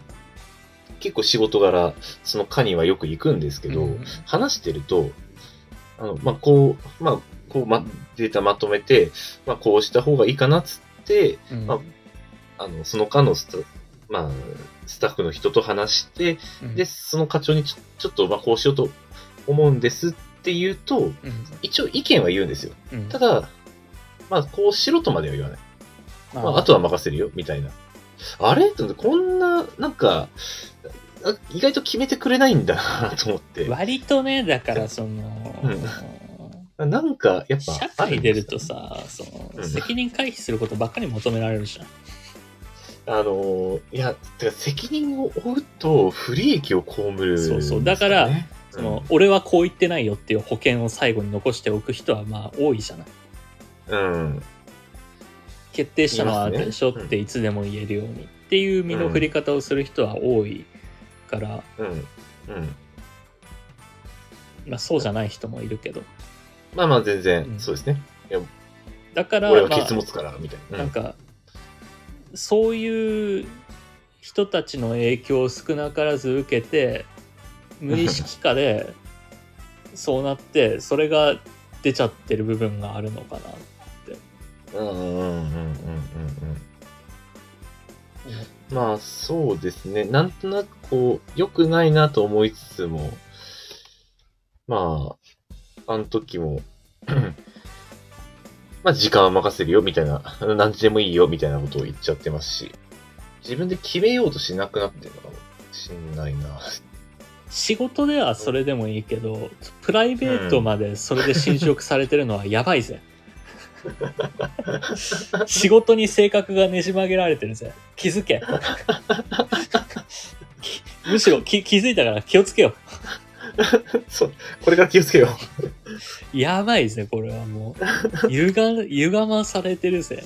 Speaker 2: 結構仕事柄、その課にはよく行くんですけど、
Speaker 1: うん
Speaker 2: 話してると、あの、まあ、こう、まあ、こう、ま、データまとめて、まあ、こうした方がいいかなっつって、
Speaker 1: うん
Speaker 2: まああの、その課のスタ、まあ、スタッフの人と話して、
Speaker 1: うん
Speaker 2: で、その課長にちょちょっと、まあ、こうしようと思うんですって言うと、一応意見は言うんですよ。
Speaker 1: うん
Speaker 2: ただ、まあ、こうしろとまでは言わない。まあ、あとは任せるよ、みたいな。あれと思ってこんな、なんか、あ意外と決めてくれないんだなと思っ て。
Speaker 1: 割とねだからその、
Speaker 2: なんか、やっぱ、
Speaker 1: 社
Speaker 2: ある
Speaker 1: 会
Speaker 2: ん
Speaker 1: 出
Speaker 2: です
Speaker 1: るとさその、
Speaker 2: うん
Speaker 1: 責任回避することばっかり求められるじゃん
Speaker 2: あのーいや、てか責任を負うと不利益を被るんですよ、ね。
Speaker 1: そうそうだから
Speaker 2: うん、
Speaker 1: その、俺はこう言ってないよっていう保険を最後に残しておく人はまあ多いじゃない
Speaker 2: うん。
Speaker 1: 決定したのはあ
Speaker 2: います
Speaker 1: れ
Speaker 2: ね
Speaker 1: でしょっていつでも言えるようにっていう身の振り方をする人は多いから、
Speaker 2: うん。うん。
Speaker 1: まあ、そうじゃない人もいるけど
Speaker 2: まあまあ、全
Speaker 1: うん
Speaker 2: 然、そうですね。
Speaker 1: だから、
Speaker 2: 俺は
Speaker 1: まあ
Speaker 2: ケツ持つから、みたいな。
Speaker 1: なんかそういう人たちの影響を少なからず受けて無意識下でそうなってそれが出ちゃってる部分があるのかな
Speaker 2: うん。うんうんうんうんうんうん。まあ、そうですね。なんとなく、こう、良くないなと思いつつも、まあ、あの時も、 まあ、時間は任せるよ、みたいな、何時でもいいよ、みたいなことを言っちゃってますし、自分で決めようとしなくなってるのかもしんないな。
Speaker 1: 仕事ではそれでもいいけどプライベートまでそれで侵食されてるのはやばいぜ仕事に性格がねじ曲げられてるぜ気づけきむしろき気づいたから気をつけよ
Speaker 2: そう、これから気をつけよ
Speaker 1: やばいぜ、これはもう。歪が、歪まされてるぜ。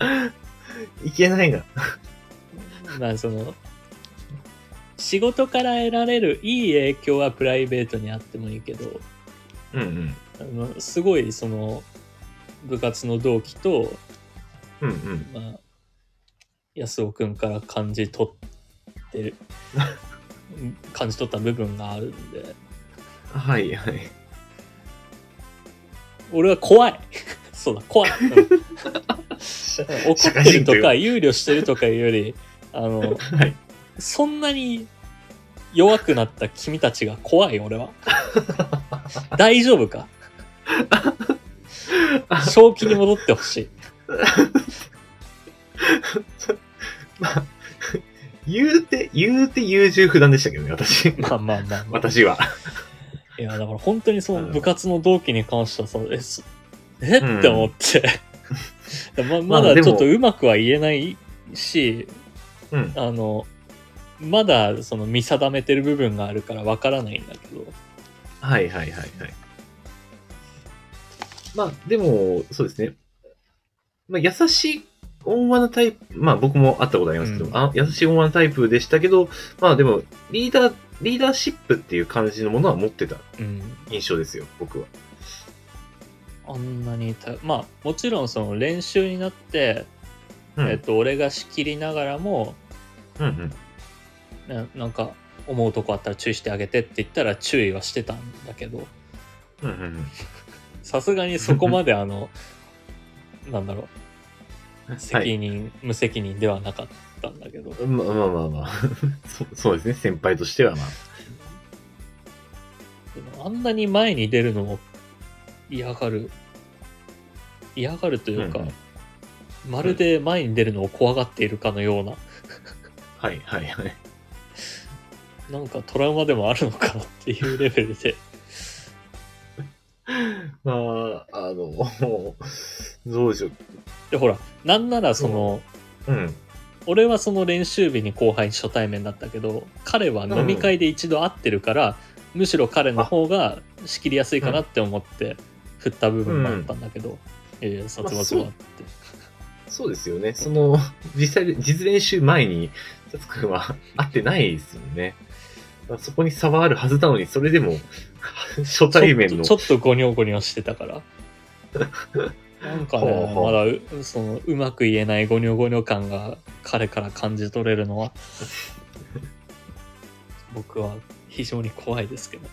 Speaker 2: う。いけないな。
Speaker 1: まあ、その、仕事から得られるいい影響はプライベートにあってもいいけど、
Speaker 2: うん
Speaker 1: あのすごい、その、部活の同期と、
Speaker 2: うん。うんうん。
Speaker 1: まあ、安尾くんから感じ取ってる、感じ取った部分があるんで、
Speaker 2: はいはい。
Speaker 1: 俺は怖い そうだ、怖い、うん怒ってると
Speaker 2: 社
Speaker 1: か、
Speaker 2: 会
Speaker 1: 憂慮してるとかいうより、あの、
Speaker 2: はい
Speaker 1: そんなに弱くなった君たちが怖い、 俺は。大丈夫か正気に戻ってほしい。
Speaker 2: まあ、 言うて、言うて優柔不断でしたけどね、私。
Speaker 1: まあまあまあ、まあ。
Speaker 2: 私は。
Speaker 1: いや、だから本当にその部活の同期に関してはさ、え、そえって思 って。まま
Speaker 2: まあ
Speaker 1: だ
Speaker 2: でも
Speaker 1: ちょっとうまくは言えないし、
Speaker 2: うん。
Speaker 1: あの、まだその見定めてる部分があるからわからないんだけど。
Speaker 2: はいはいはいはい。まあ、でも、そうですね。まあ、優しい温和なタイプ、まあ僕も会ったことありますけど、
Speaker 1: うん
Speaker 2: あ優しい温和なタイプでしたけど、まあでも、リーダー、リーダーシップっていう感じのものは持ってた
Speaker 1: うん。
Speaker 2: 印象ですよ、僕は。
Speaker 1: あんなにたまあもちろんその練習になって、
Speaker 2: うん。
Speaker 1: えっと、俺が仕切りながらも
Speaker 2: うんうん。
Speaker 1: ななんか思うとこあったら注意してあげてって言ったら注意はしてたんだけど
Speaker 2: うんうんうん。
Speaker 1: さすがにそこまであ のなんだろう責任、無責任ではなかったんだけど
Speaker 2: まあまあまあま あそう。そうですね、先輩としてはまあ。
Speaker 1: でもあんなに前に出るのも嫌がる嫌がるというか、
Speaker 2: うんうん
Speaker 1: まるで前に出るのを怖がっているかの ような
Speaker 2: はいはいはい。
Speaker 1: なんかトラウマでもあるのかなっていうレベルで
Speaker 2: まあ、あの、 どうでしょう。
Speaker 1: でほらなんならその、
Speaker 2: うん。
Speaker 1: 俺はその練習日に後輩に初対面だったけど彼は飲み会で一度会ってるから、むしろ彼の方が仕切りやすいかなって思って、振った部分もあったんだけど、ええ殺伐はあって、
Speaker 2: そうですよね。その、実際、実練習前に、タツくんは会ってないですよね。そこに差はあるはずなのに、それでも、 初対面の
Speaker 1: ちょっとちょっとゴニョゴニョしてたからなんかね
Speaker 2: ほうほ
Speaker 1: ま
Speaker 2: う
Speaker 1: だうそのうまく言えないゴニョゴニョ感が彼から感じ取れるのは僕は非常に怖いですけど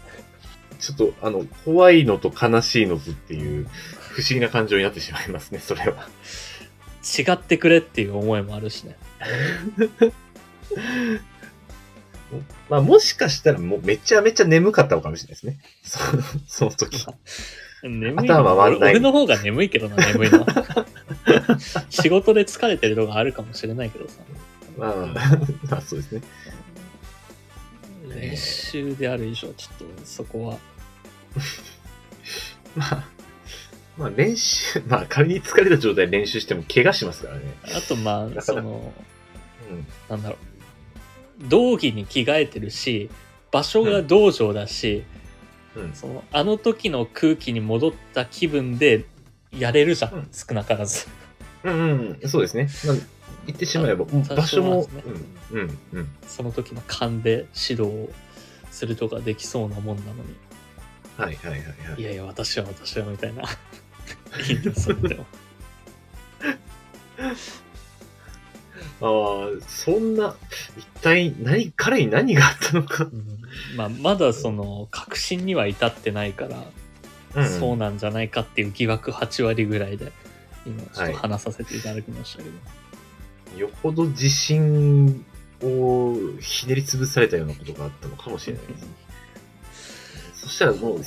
Speaker 2: ちょっと、あの、怖いのと悲しいのとっていう、不思議な感情になってしまいますね、それは。
Speaker 1: 違ってくれっていう思いもあるしね
Speaker 2: まあ、もしかしたら、もう、めちゃめちゃ眠かったのかもしれないですね。そその時。
Speaker 1: 眠いの
Speaker 2: 頭回らない
Speaker 1: 俺の方が眠いけどな眠いの は仕事で疲れてるのがあるかもしれないけどさ
Speaker 2: まあ、 まあ、そうですね。
Speaker 1: 練習である以上ちょっとそこは
Speaker 2: まあ、まあ、練習、 まあ、仮に疲れた状態で練習しても、怪我しますからね。
Speaker 1: あとまあ
Speaker 2: だか
Speaker 1: そ
Speaker 2: ら
Speaker 1: の
Speaker 2: うん。
Speaker 1: なんだろう道着に着替えてるし場所が道場だし、
Speaker 2: うん
Speaker 1: そのあの時の空気に戻った気分でやれるじゃん、
Speaker 2: うん
Speaker 1: 少なからず
Speaker 2: うんうん、そうですね。なん言ってしまえば、
Speaker 1: あ
Speaker 2: 場所も
Speaker 1: 多少はですね、
Speaker 2: うん、うん、うん。
Speaker 1: その時の勘で指導をするとかできそうなもんなのに
Speaker 2: はいはいはいはいい。
Speaker 1: やいや私は私はみたいないいんだよそれでも
Speaker 2: ああ、そんな、一体何、彼に何があったのか。
Speaker 1: うんまあ、まだその確信には至ってないから、そうなんじゃないかっていう疑惑8割ぐらいで今ちょっと話させていただきましたけど、
Speaker 2: よほど自信をひねり潰されたようなことがあったのかもしれない です。そしたらもう、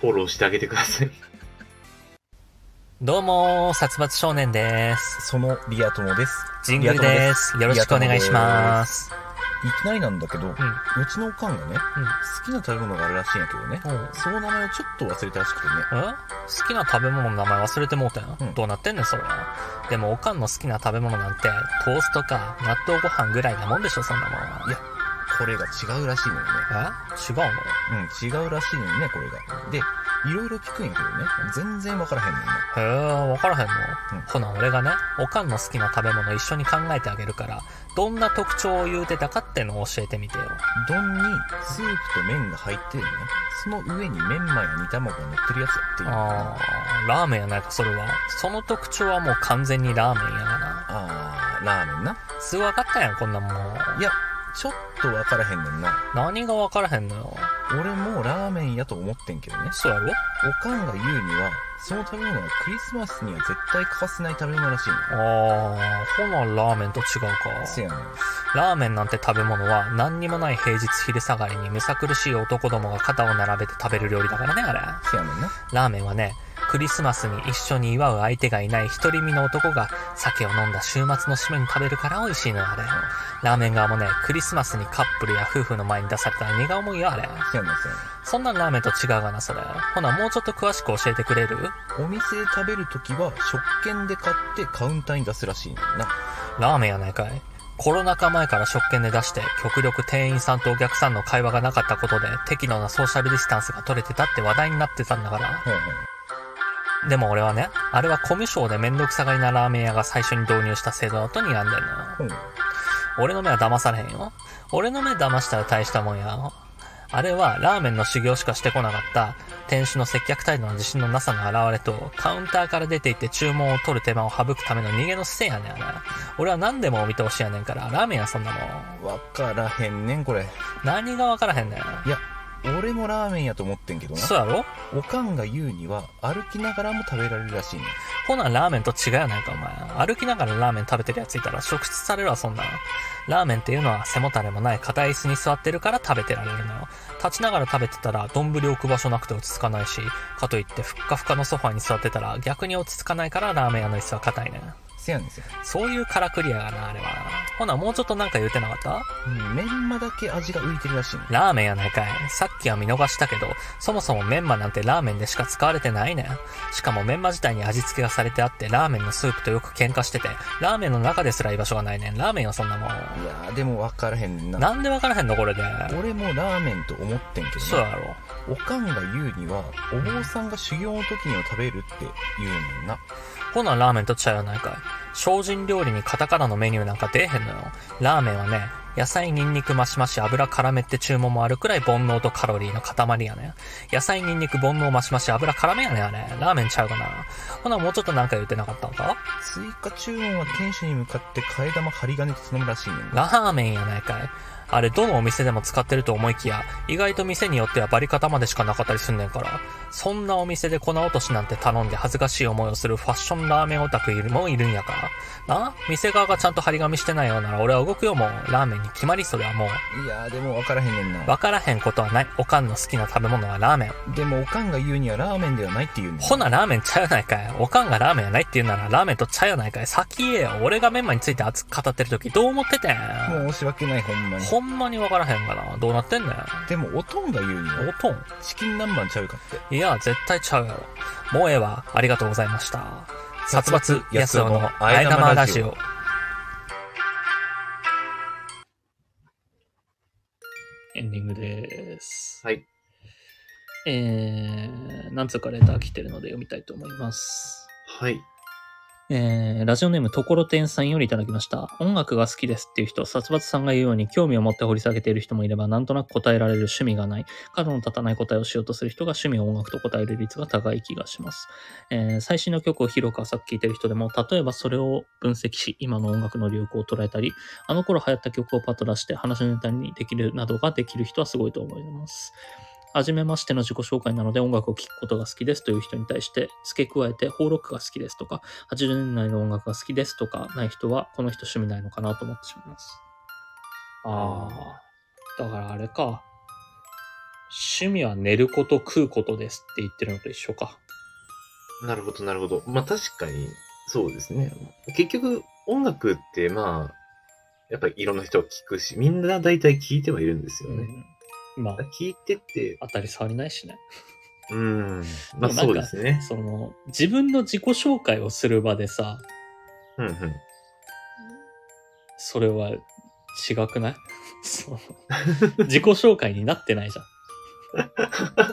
Speaker 2: フォローしてあげてください。
Speaker 1: どうも殺伐少年です
Speaker 3: そのリア友です。
Speaker 1: ジ
Speaker 3: ングルですよろしくお願いしますいきなりなんだけど、うちのおかんがね、好きな食べ物があるらしいんやけどね、
Speaker 1: うん、うん、
Speaker 3: その名前をちょっと忘れたらしくてね。
Speaker 1: え好きな食べ物の名前忘れてもうたよ、
Speaker 3: うん
Speaker 1: どうなってんねんそれはでもおかんの好きな食べ物なんてトーストか納豆ご飯ぐらいなもんでしょそんなもんはい
Speaker 3: やこれが違うらしいのよね。
Speaker 1: え違うの
Speaker 3: うん、違うらしいのよね、これが。で、いろいろ聞くんやけどね、全然わからへんのよね。
Speaker 1: へえ分からへんの、
Speaker 3: うん
Speaker 1: ほな俺がねおかんの好きな食べ物一緒に考えてあげるからどんな特徴を言うてたかってのを教えてみてよ
Speaker 3: 丼にスープと麺が入ってるね。その上にメンマや煮卵が乗ってるやつっていうのか
Speaker 1: あ
Speaker 3: な。
Speaker 1: ーラーメンやないかそれはその特徴はもう完全にラーメンやがな
Speaker 3: あー、ラーメンな。
Speaker 1: すぐ分かったやんこんなもん
Speaker 3: いや、ちょっとわからへんねんな。
Speaker 1: 何が分からへんのよ
Speaker 3: 俺もラーメンやと思ってんけどね。
Speaker 1: そうやろ
Speaker 3: おかんが言うには、その食べ物はクリスマスには絶対欠かせない食べ物らしいのよ。
Speaker 1: あーほなラーメンと違うか
Speaker 3: せやねん。
Speaker 1: ラーメンなんて食べ物は何にもない平日昼下がりにむさ苦しい男どもが肩を並べて食べる料理だからねあれ
Speaker 3: せやねんな。
Speaker 1: ラーメンはねクリスマスに一緒に祝う相手がいない独り身の男が酒を飲んだ週末の締めに食べるから美味しいのよあれラーメン側もねクリスマスにカップルや夫婦の前に出されたら苦思いよあれ
Speaker 3: せやねんせや
Speaker 1: そんなんラーメンと違うがなそれほなもうちょっと詳しく教えてくれる
Speaker 3: ねん。お店で食べるときは、食券で買ってカウンターに出すらしいねんな。
Speaker 1: ラーメンやないかいコロナ禍前から食券で出して、極力店員さんとお客さんの会話がなかったことで、適度なソーシャルディスタンスが取れてたって話題になってたんだから。
Speaker 3: ほうほ
Speaker 1: でも俺はね、あれはコミュ障でめんどくさがりなラーメン屋が最初に導入した制度だと睨んでんのよ。
Speaker 3: う。ほう。
Speaker 1: 俺の目は騙されへんよ。俺の目騙したら大したもんや。あれはラーメンの修行しかしてこなかった店主の接客態度の自信のなさの表れとカウンターから出て行って注文を取る手間を省くための逃げの姿勢やねんあれ俺は何でもお見通しやねんからラーメン屋そんなもん
Speaker 3: わからへんねん、これ。
Speaker 1: 何が分からへんねん
Speaker 3: 俺もラーメンやと思ってんけどな。
Speaker 1: そうやろ
Speaker 3: おかんが言うには、歩きながらも食べられるらしいねん。
Speaker 1: ほなラーメンと違うやないかお前歩きながらラーメン食べてるやついたら食質されるわそんなんラーメンっていうのは背もたれもない硬い椅子に座ってるから食べてられるのよ立ちながら食べてたら丼置く場所なくて落ち着かないしかといってふっかふかのソファーに座ってたら逆に落ち着かないからラーメン屋の椅子は硬いね
Speaker 3: せやねんせやね
Speaker 4: そういうからくりやがな、あれは。ほな、もうちょっとなんか言ってなかった
Speaker 3: んメンマだけ味が浮いてるらしいね
Speaker 4: ラーメンやないかい。さっきは見逃したけど、そもそもメンマなんてラーメンでしか使われてないねん。しかもメンマ自体に味付けがされてあって、ラーメンのスープとよく喧嘩してて、ラーメンの中ですら居場所がないねん。ラーメンはそんなもん。
Speaker 3: いやーでも分からへんな
Speaker 4: なんでわからへんのこれで。
Speaker 3: 俺もラーメンと思ってんけ
Speaker 4: そ
Speaker 3: ど
Speaker 4: う
Speaker 3: な
Speaker 4: やろ。
Speaker 3: おかんが言うにはお坊さんが修行の時には食べるって言うねんな
Speaker 4: ほなラーメンとちゃうやないかい。精進料理にカタカナのメニューなんか出えへんのよ。ラーメンはね、野菜、ニンニク、マシマシ、油絡めって注文もあるくらい煩悩とカロリーの塊やねん。野菜、ニンニク、煩悩、マシマシ、油絡めやねん、あれ。ラーメンちゃうかな。ほなもうちょっとなんか言ってなかったんか
Speaker 3: 追加注文は店主に向かって替え玉針金と頼むらしいねんな
Speaker 4: ラーメンやないかい。あれ、どのお店でも使ってると思いきや、意外と店によってはバリ方までしかなかったりすんねんから。そんなお店で粉落としなんて頼んで恥ずかしい思いをするファッションラーメンオタクいるもいるんやから。な店側がちゃんと張り紙してないようなら俺は動くよもう。ラーメンに決まりそれはもう。
Speaker 3: いやーでも分からへんねんな
Speaker 4: わからへんことはない。おかんの好きな食べ物はラーメン。
Speaker 3: でもおかんが言うにはラーメンではないって言うねん
Speaker 4: ほなラーメンちゃうやないかい。おかんがラーメンやないって言うならラーメンとちゃうやないかい。先言えよ。俺がメンマについて熱く語ってる時どう思っててん。
Speaker 3: もう申し訳ないほんまに
Speaker 4: ほんまにわからへんがな。どうなってんねん。
Speaker 3: でもおとんが言うには
Speaker 4: おとん
Speaker 3: チキン南蛮ちゃうかって
Speaker 4: いや、絶対ちゃうやろ。もうええわ。ありがとうございました。殺伐安男のあえ玉ラジオ。
Speaker 1: エンディングです。
Speaker 2: はい。
Speaker 1: えー、何通かレター来てるので読みたいと思います。
Speaker 2: はい。
Speaker 1: えー、ラジオネームところてんさんよりいただきました。音楽が好きですっていう人、殺伐さんが言うように興味を持って掘り下げている人もいれば、なんとなく答えられる趣味がない、角の立たない答えをしようとする人が趣味を音楽と答える率が高い気がします。えー最新の曲を広く浅く聴いてる人でも、例えばそれを分析し、今の音楽の流行を捉えたり、あの頃流行った曲をパッと出して話のネタにできるなどができる人はすごいと思います。はじめましての自己紹介なので音楽を聴くことが好きですという人に対して付け加えてホーロックが好きですとか80年代の音楽が好きですとかない人はこの人趣味ないのかなと思ってしまいます。ああ、だからあれか。趣味は寝ること食うことですって言ってるのと一緒か。
Speaker 2: なるほど、なるほど。まあ確かに、そうですね。結局、音楽って、まあ、やっぱりいろんな人が聞くし、みんな大体聞いてはいるんですよね。
Speaker 1: うん、まあ、
Speaker 2: 聞いてって、
Speaker 1: 当たり障りないしね。
Speaker 2: うん。
Speaker 1: でもな
Speaker 2: まあ
Speaker 1: んか
Speaker 2: そうですね。
Speaker 1: その、自分の自己紹介をする場でさ、
Speaker 2: うんうん。
Speaker 1: それは違くない その自己紹介になってないじゃん。
Speaker 2: まあ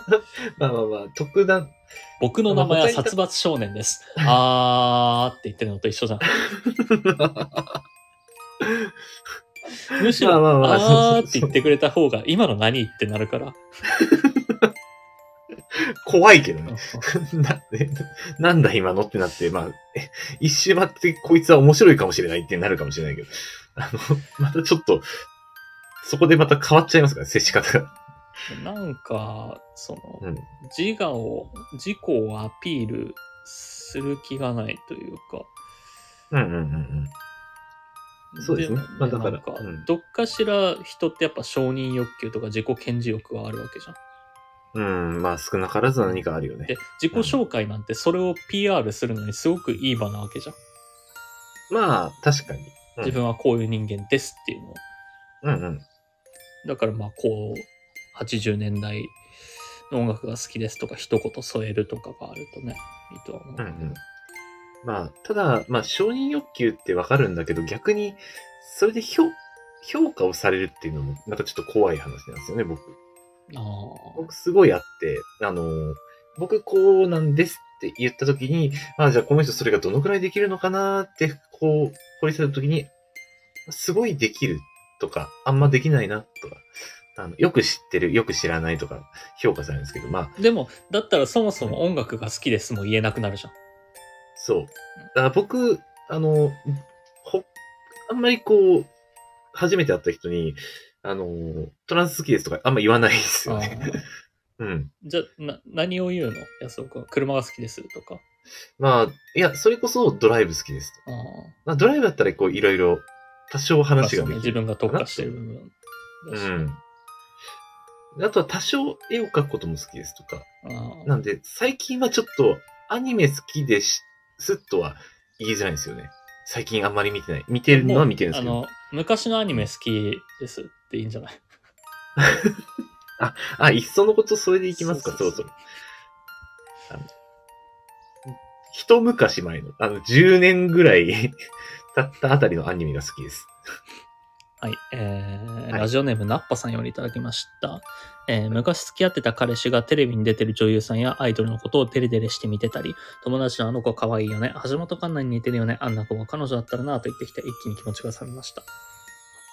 Speaker 2: まあまあ、特段、
Speaker 1: 僕の名前は
Speaker 2: まあ他に
Speaker 1: 殺伐少年です。あーって言ってるのと一緒じゃん。むしろ、
Speaker 2: まあまあまあ
Speaker 1: あーって言ってくれた方が、今の何ってなるから。
Speaker 2: 怖いけどね。 ななんだ今のってなって、まあ、え一周待ってこいつは面白いかもしれないってなるかもしれないけど、あの、またちょっと、そこでまた変わっちゃいますから、接し方が。
Speaker 1: なんか、その、
Speaker 2: うん。
Speaker 1: 自我を、自己をアピールする気がないというか。
Speaker 2: うんうんうんうん。そうですねまあだから
Speaker 1: なんか
Speaker 2: うん
Speaker 1: どっかしら人ってやっぱ承認欲求とか自己顕示欲はあるわけじゃん。
Speaker 2: うん、まあ少なからず何かあるよね
Speaker 1: で。、自己紹介なんてそれを PR するのにすごくいい場なわけじゃん。
Speaker 2: まあ、確かに。うん
Speaker 1: 自分はこういう人間ですっていうのを。
Speaker 2: うんうん。
Speaker 1: だからまあこう80年代の音楽が好きですとか一言添えるとかがあるとねいいとは思う、
Speaker 2: うんうん。まあ、ただ、まあ承認欲求ってわかるんだけど、逆に、それで評、評価をされるっていうのも、なんかちょっと怖い話なんですよね、僕。
Speaker 1: あ
Speaker 2: 僕すごいあって、あの、僕こうなんですって言った時に、あじゃあこの人それがどのくらいできるのかなって、こう、掘り下げた時に、すごいできるとか、あんまできないなとか、あのよく知ってる、よく知らないとか評価されるんですけど、まあ、
Speaker 1: あでもだったらそもそも音楽が好きですも言えなくなるじゃん
Speaker 2: そう。だから僕、あの、ほ、あんまりこう、初めて会った人に、あの、トランス好きですとかあんま言わないですよ
Speaker 1: あ
Speaker 2: ね。
Speaker 1: ー
Speaker 2: うん。
Speaker 1: じゃあな何を言うの安岡車が好きですとか
Speaker 2: まあ、いや、それこそドライブ好きです。
Speaker 1: あー
Speaker 2: まあ、ドライブだったら、こう、いろいろ、多少
Speaker 1: まあ
Speaker 2: 話
Speaker 1: そ
Speaker 2: が
Speaker 1: うね
Speaker 2: でき
Speaker 1: 自
Speaker 2: る。
Speaker 1: 分が特化してる部分だし
Speaker 2: うん。あとは、多少絵を描くことも好きですとか。
Speaker 1: あー
Speaker 2: なんで、最近はちょっと、アニメ好きです、すっとは言いづらいんですよね。最近あんまり見てない。見てるのは見てるんです
Speaker 1: あ
Speaker 2: けど。
Speaker 1: の、昔のアニメ好きですっていいんじゃない
Speaker 2: あ、いっそのことそれでいきますか、そ
Speaker 1: そうう
Speaker 2: そ
Speaker 1: そううそう
Speaker 2: 一昔前の、あの、10年ぐらい 経ったあたりのアニメが好きです。
Speaker 1: はい、えー
Speaker 2: はい
Speaker 1: ラジオネームナッパさんよりいただきました、えー昔付き合ってた彼氏がテレビに出てる女優さんやアイドルのことをテレデレして見てたり、友達のあの子可愛いよね、橋本環奈に似てるよね、あんな子も彼女だったらなと言ってきて一気に気持ちが冷めました。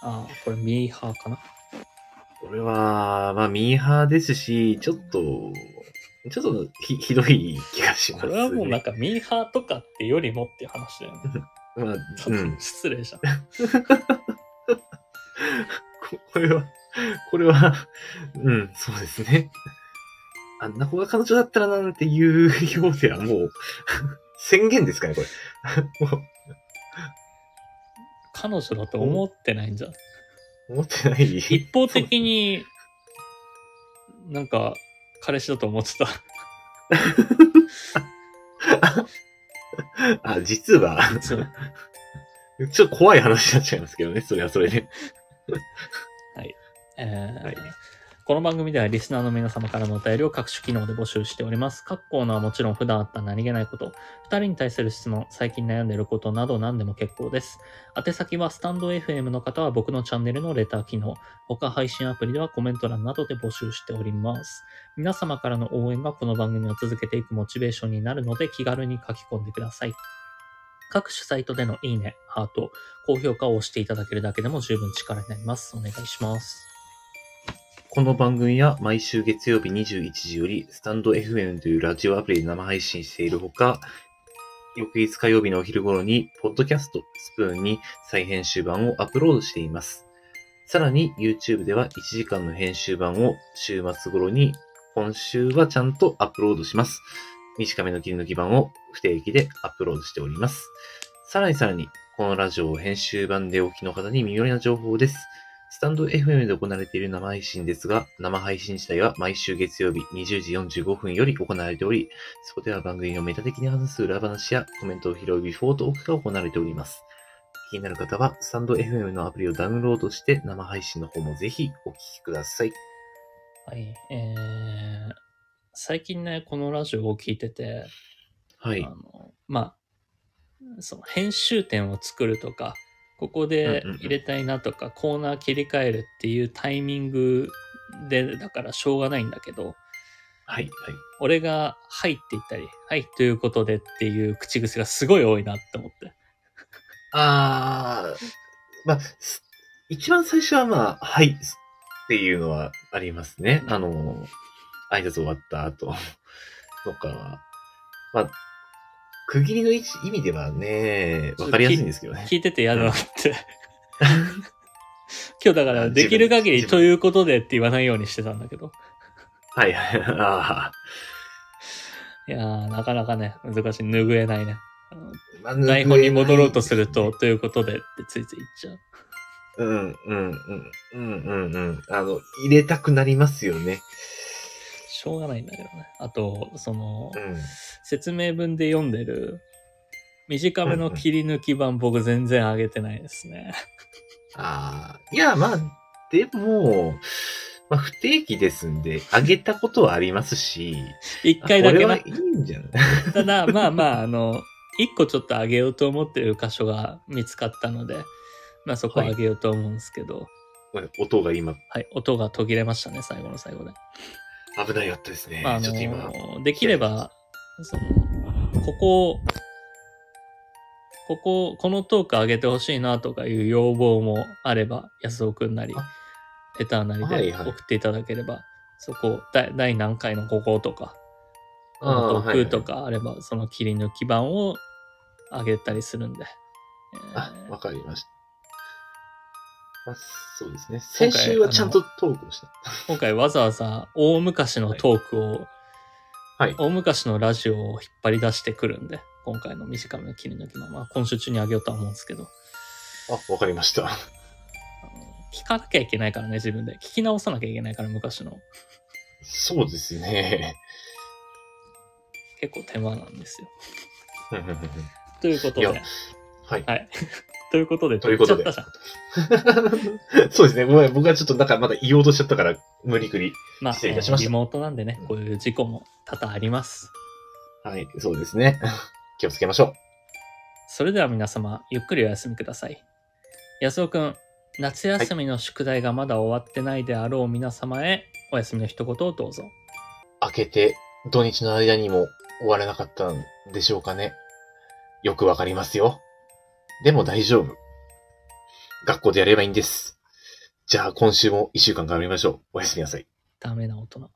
Speaker 1: ああ、これミーハーかな
Speaker 2: これは、まあ、ミーハーですし、ちょっと、ちょっとひひどい気がします、
Speaker 1: こ
Speaker 2: ね。
Speaker 1: れはもうなんかミーハーとかってよりもっていう話だよね。
Speaker 2: まあ、
Speaker 1: ち
Speaker 2: う
Speaker 1: ょっ
Speaker 2: ん
Speaker 1: と。失礼じゃん。
Speaker 2: ここれは、これは、うん、そうですね。あんな子が彼女だったらなんていうようではもう、 宣言ですかね、これ。 も
Speaker 1: 彼女だと思ってないんじゃん。
Speaker 2: う、思ってない。
Speaker 1: 一方的に、なんか、彼氏だと思ってた。
Speaker 2: あ、実は、
Speaker 1: 実は
Speaker 2: ちょっと怖い話になっちゃいますけどね、それはそれで。
Speaker 1: えー
Speaker 2: はい
Speaker 1: この番組ではリスナーの皆様からのお便りを各種機能で募集しております。各コーナーはもちろん普段あった何気ないこと、2人に対する質問、最近悩んでいることなど何でも結構です。宛先はスタンド FM の方は僕のチャンネルのレター機能、他配信アプリではコメント欄などで募集しております。皆様からの応援がこの番組を続けていくモチベーションになるので気軽に書き込んでください。各種サイトでのいいね、ハート、高評価を押していただけるだけでも十分力になります。お願いします。
Speaker 2: この番組は毎週月曜日21時より、スタンド FM というラジオアプリで生配信しているほか、翌日火曜日のお昼頃に、ポッドキャストスプーンに再編集版をアップロードしています。さらに YouTube では1時間の編集版を週末頃に、今週はちゃんとアップロードします。短めの切り抜き版を不定期でアップロードしております。さらにさらに、このラジオを編集版でお聞きの方に身寄りな情報です。スタンド FM で行われている生配信ですが、生配信自体は毎週月曜日20時45分より行われており、そこでは番組のメタ的に話す裏話やコメントを拾うビフォートオフが行われております。気になる方は、スタンド FM のアプリをダウンロードして生配信の方もぜひお聞きください。
Speaker 1: はい、えー最近ね、このラジオを聞いてて、
Speaker 2: は
Speaker 1: あ
Speaker 2: い。
Speaker 1: のまあ、その編集点を作るとか、ここで
Speaker 2: うんうんうん
Speaker 1: 入れたいなとか、コーナー切り替えるっていうタイミングで、だからしょうがないんだけど、
Speaker 2: はい。
Speaker 1: 俺が、はいって言ったり、はい、ということでっていう口癖がすごい多いなって思って。
Speaker 2: あー、まあ、す一番最初はまあ、はい、すっていうのはありますね。あの、挨拶終わった後とかは。 まあ、区切りの位置意味ではね、わかりやすいんですけどね。
Speaker 1: 聞いてて嫌だなって。 今日だから、できる限り
Speaker 2: 自分
Speaker 1: ということでって言わないようにしてたんだけど。
Speaker 2: はい、はい、あ
Speaker 1: いやー、なかなかね、難しい。拭えないね。
Speaker 2: ーまあ
Speaker 1: 台本に戻ろうとすると、。ということでってついつい言っちゃう。
Speaker 2: うん、うん、うん、うん、うん、うん。あの、入れたくなりますよね。
Speaker 1: しょうがないんだけどね。あと、その
Speaker 2: う、ん。
Speaker 1: 説明文で読んでる、短めの切り抜き版、僕全然上げてないですね。
Speaker 2: ああ、いや、まあ、でも、まあ、不定期ですんで、あげたことはありますし、
Speaker 1: 一回だけ
Speaker 2: あ
Speaker 1: な
Speaker 2: こ。れはいいんじゃない
Speaker 1: ただ、まあまあ、あの、一個ちょっと上げようと思ってる箇所が見つかったので、まあそこは上げようと思うんですけど、はい、
Speaker 2: 音が今、
Speaker 1: 音が途切れましたね、最後の最後で。
Speaker 2: 危ないやったですね。
Speaker 1: まあ、あ
Speaker 2: ちょっと今、
Speaker 1: の、できれば、その、ここを、ここ、このトーク上げてほしいなとかいう要望もあれば、安尾くんなり
Speaker 2: あ、
Speaker 1: レターなり
Speaker 2: はい
Speaker 1: で
Speaker 2: はい
Speaker 1: 送っていただければ、そこ、だ第何回のこことか、こ
Speaker 2: あ
Speaker 1: のト
Speaker 2: ー
Speaker 1: ークと。かあれば、その切り抜き版を上げたりするんで。えー
Speaker 2: はいはいあ、わかりました。まあ、そうですね。先週はちゃんとトークをした。
Speaker 1: 今回わざわざ大昔のトークを、
Speaker 2: はい
Speaker 1: 大昔のラジオを引っ張り出してくるんで、今回の短めの切り抜きの、まあ今週中にあげようとは思うんですけど、
Speaker 2: あ、わかりました。
Speaker 1: あの聞かなきゃいけないからね、自分で。聞き直さなきゃいけないから、昔の。
Speaker 2: そうですね。
Speaker 1: 結構手間なんですよ。
Speaker 2: うんうんうん
Speaker 1: ということで、
Speaker 2: いや
Speaker 1: はい。
Speaker 2: はい。
Speaker 1: はい。ということで、
Speaker 2: ということで
Speaker 1: 言っちゃったじゃん。
Speaker 2: そうですね。ごめん。僕はちょっとなんかまだ言おうとしちゃったから、無理くり。
Speaker 1: まあ、
Speaker 2: 失礼いたしました
Speaker 1: えーリモートなんでね、こういう事故も多々あります。
Speaker 2: はい。そうですね。気をつけましょう。
Speaker 1: それでは皆様、ゆっくりお休みください。安尾くん、夏休みの宿題がまだ終わってないであろう皆様へ、お休みの一言をどうぞ。
Speaker 2: 明けて土日の間にも終われなかったんでしょうかね。よくわかりますよ。でも大丈夫。学校でやればいいんです。じゃあ今週も一週間頑張りましょう。おやすみなさい。
Speaker 1: ダメな大人。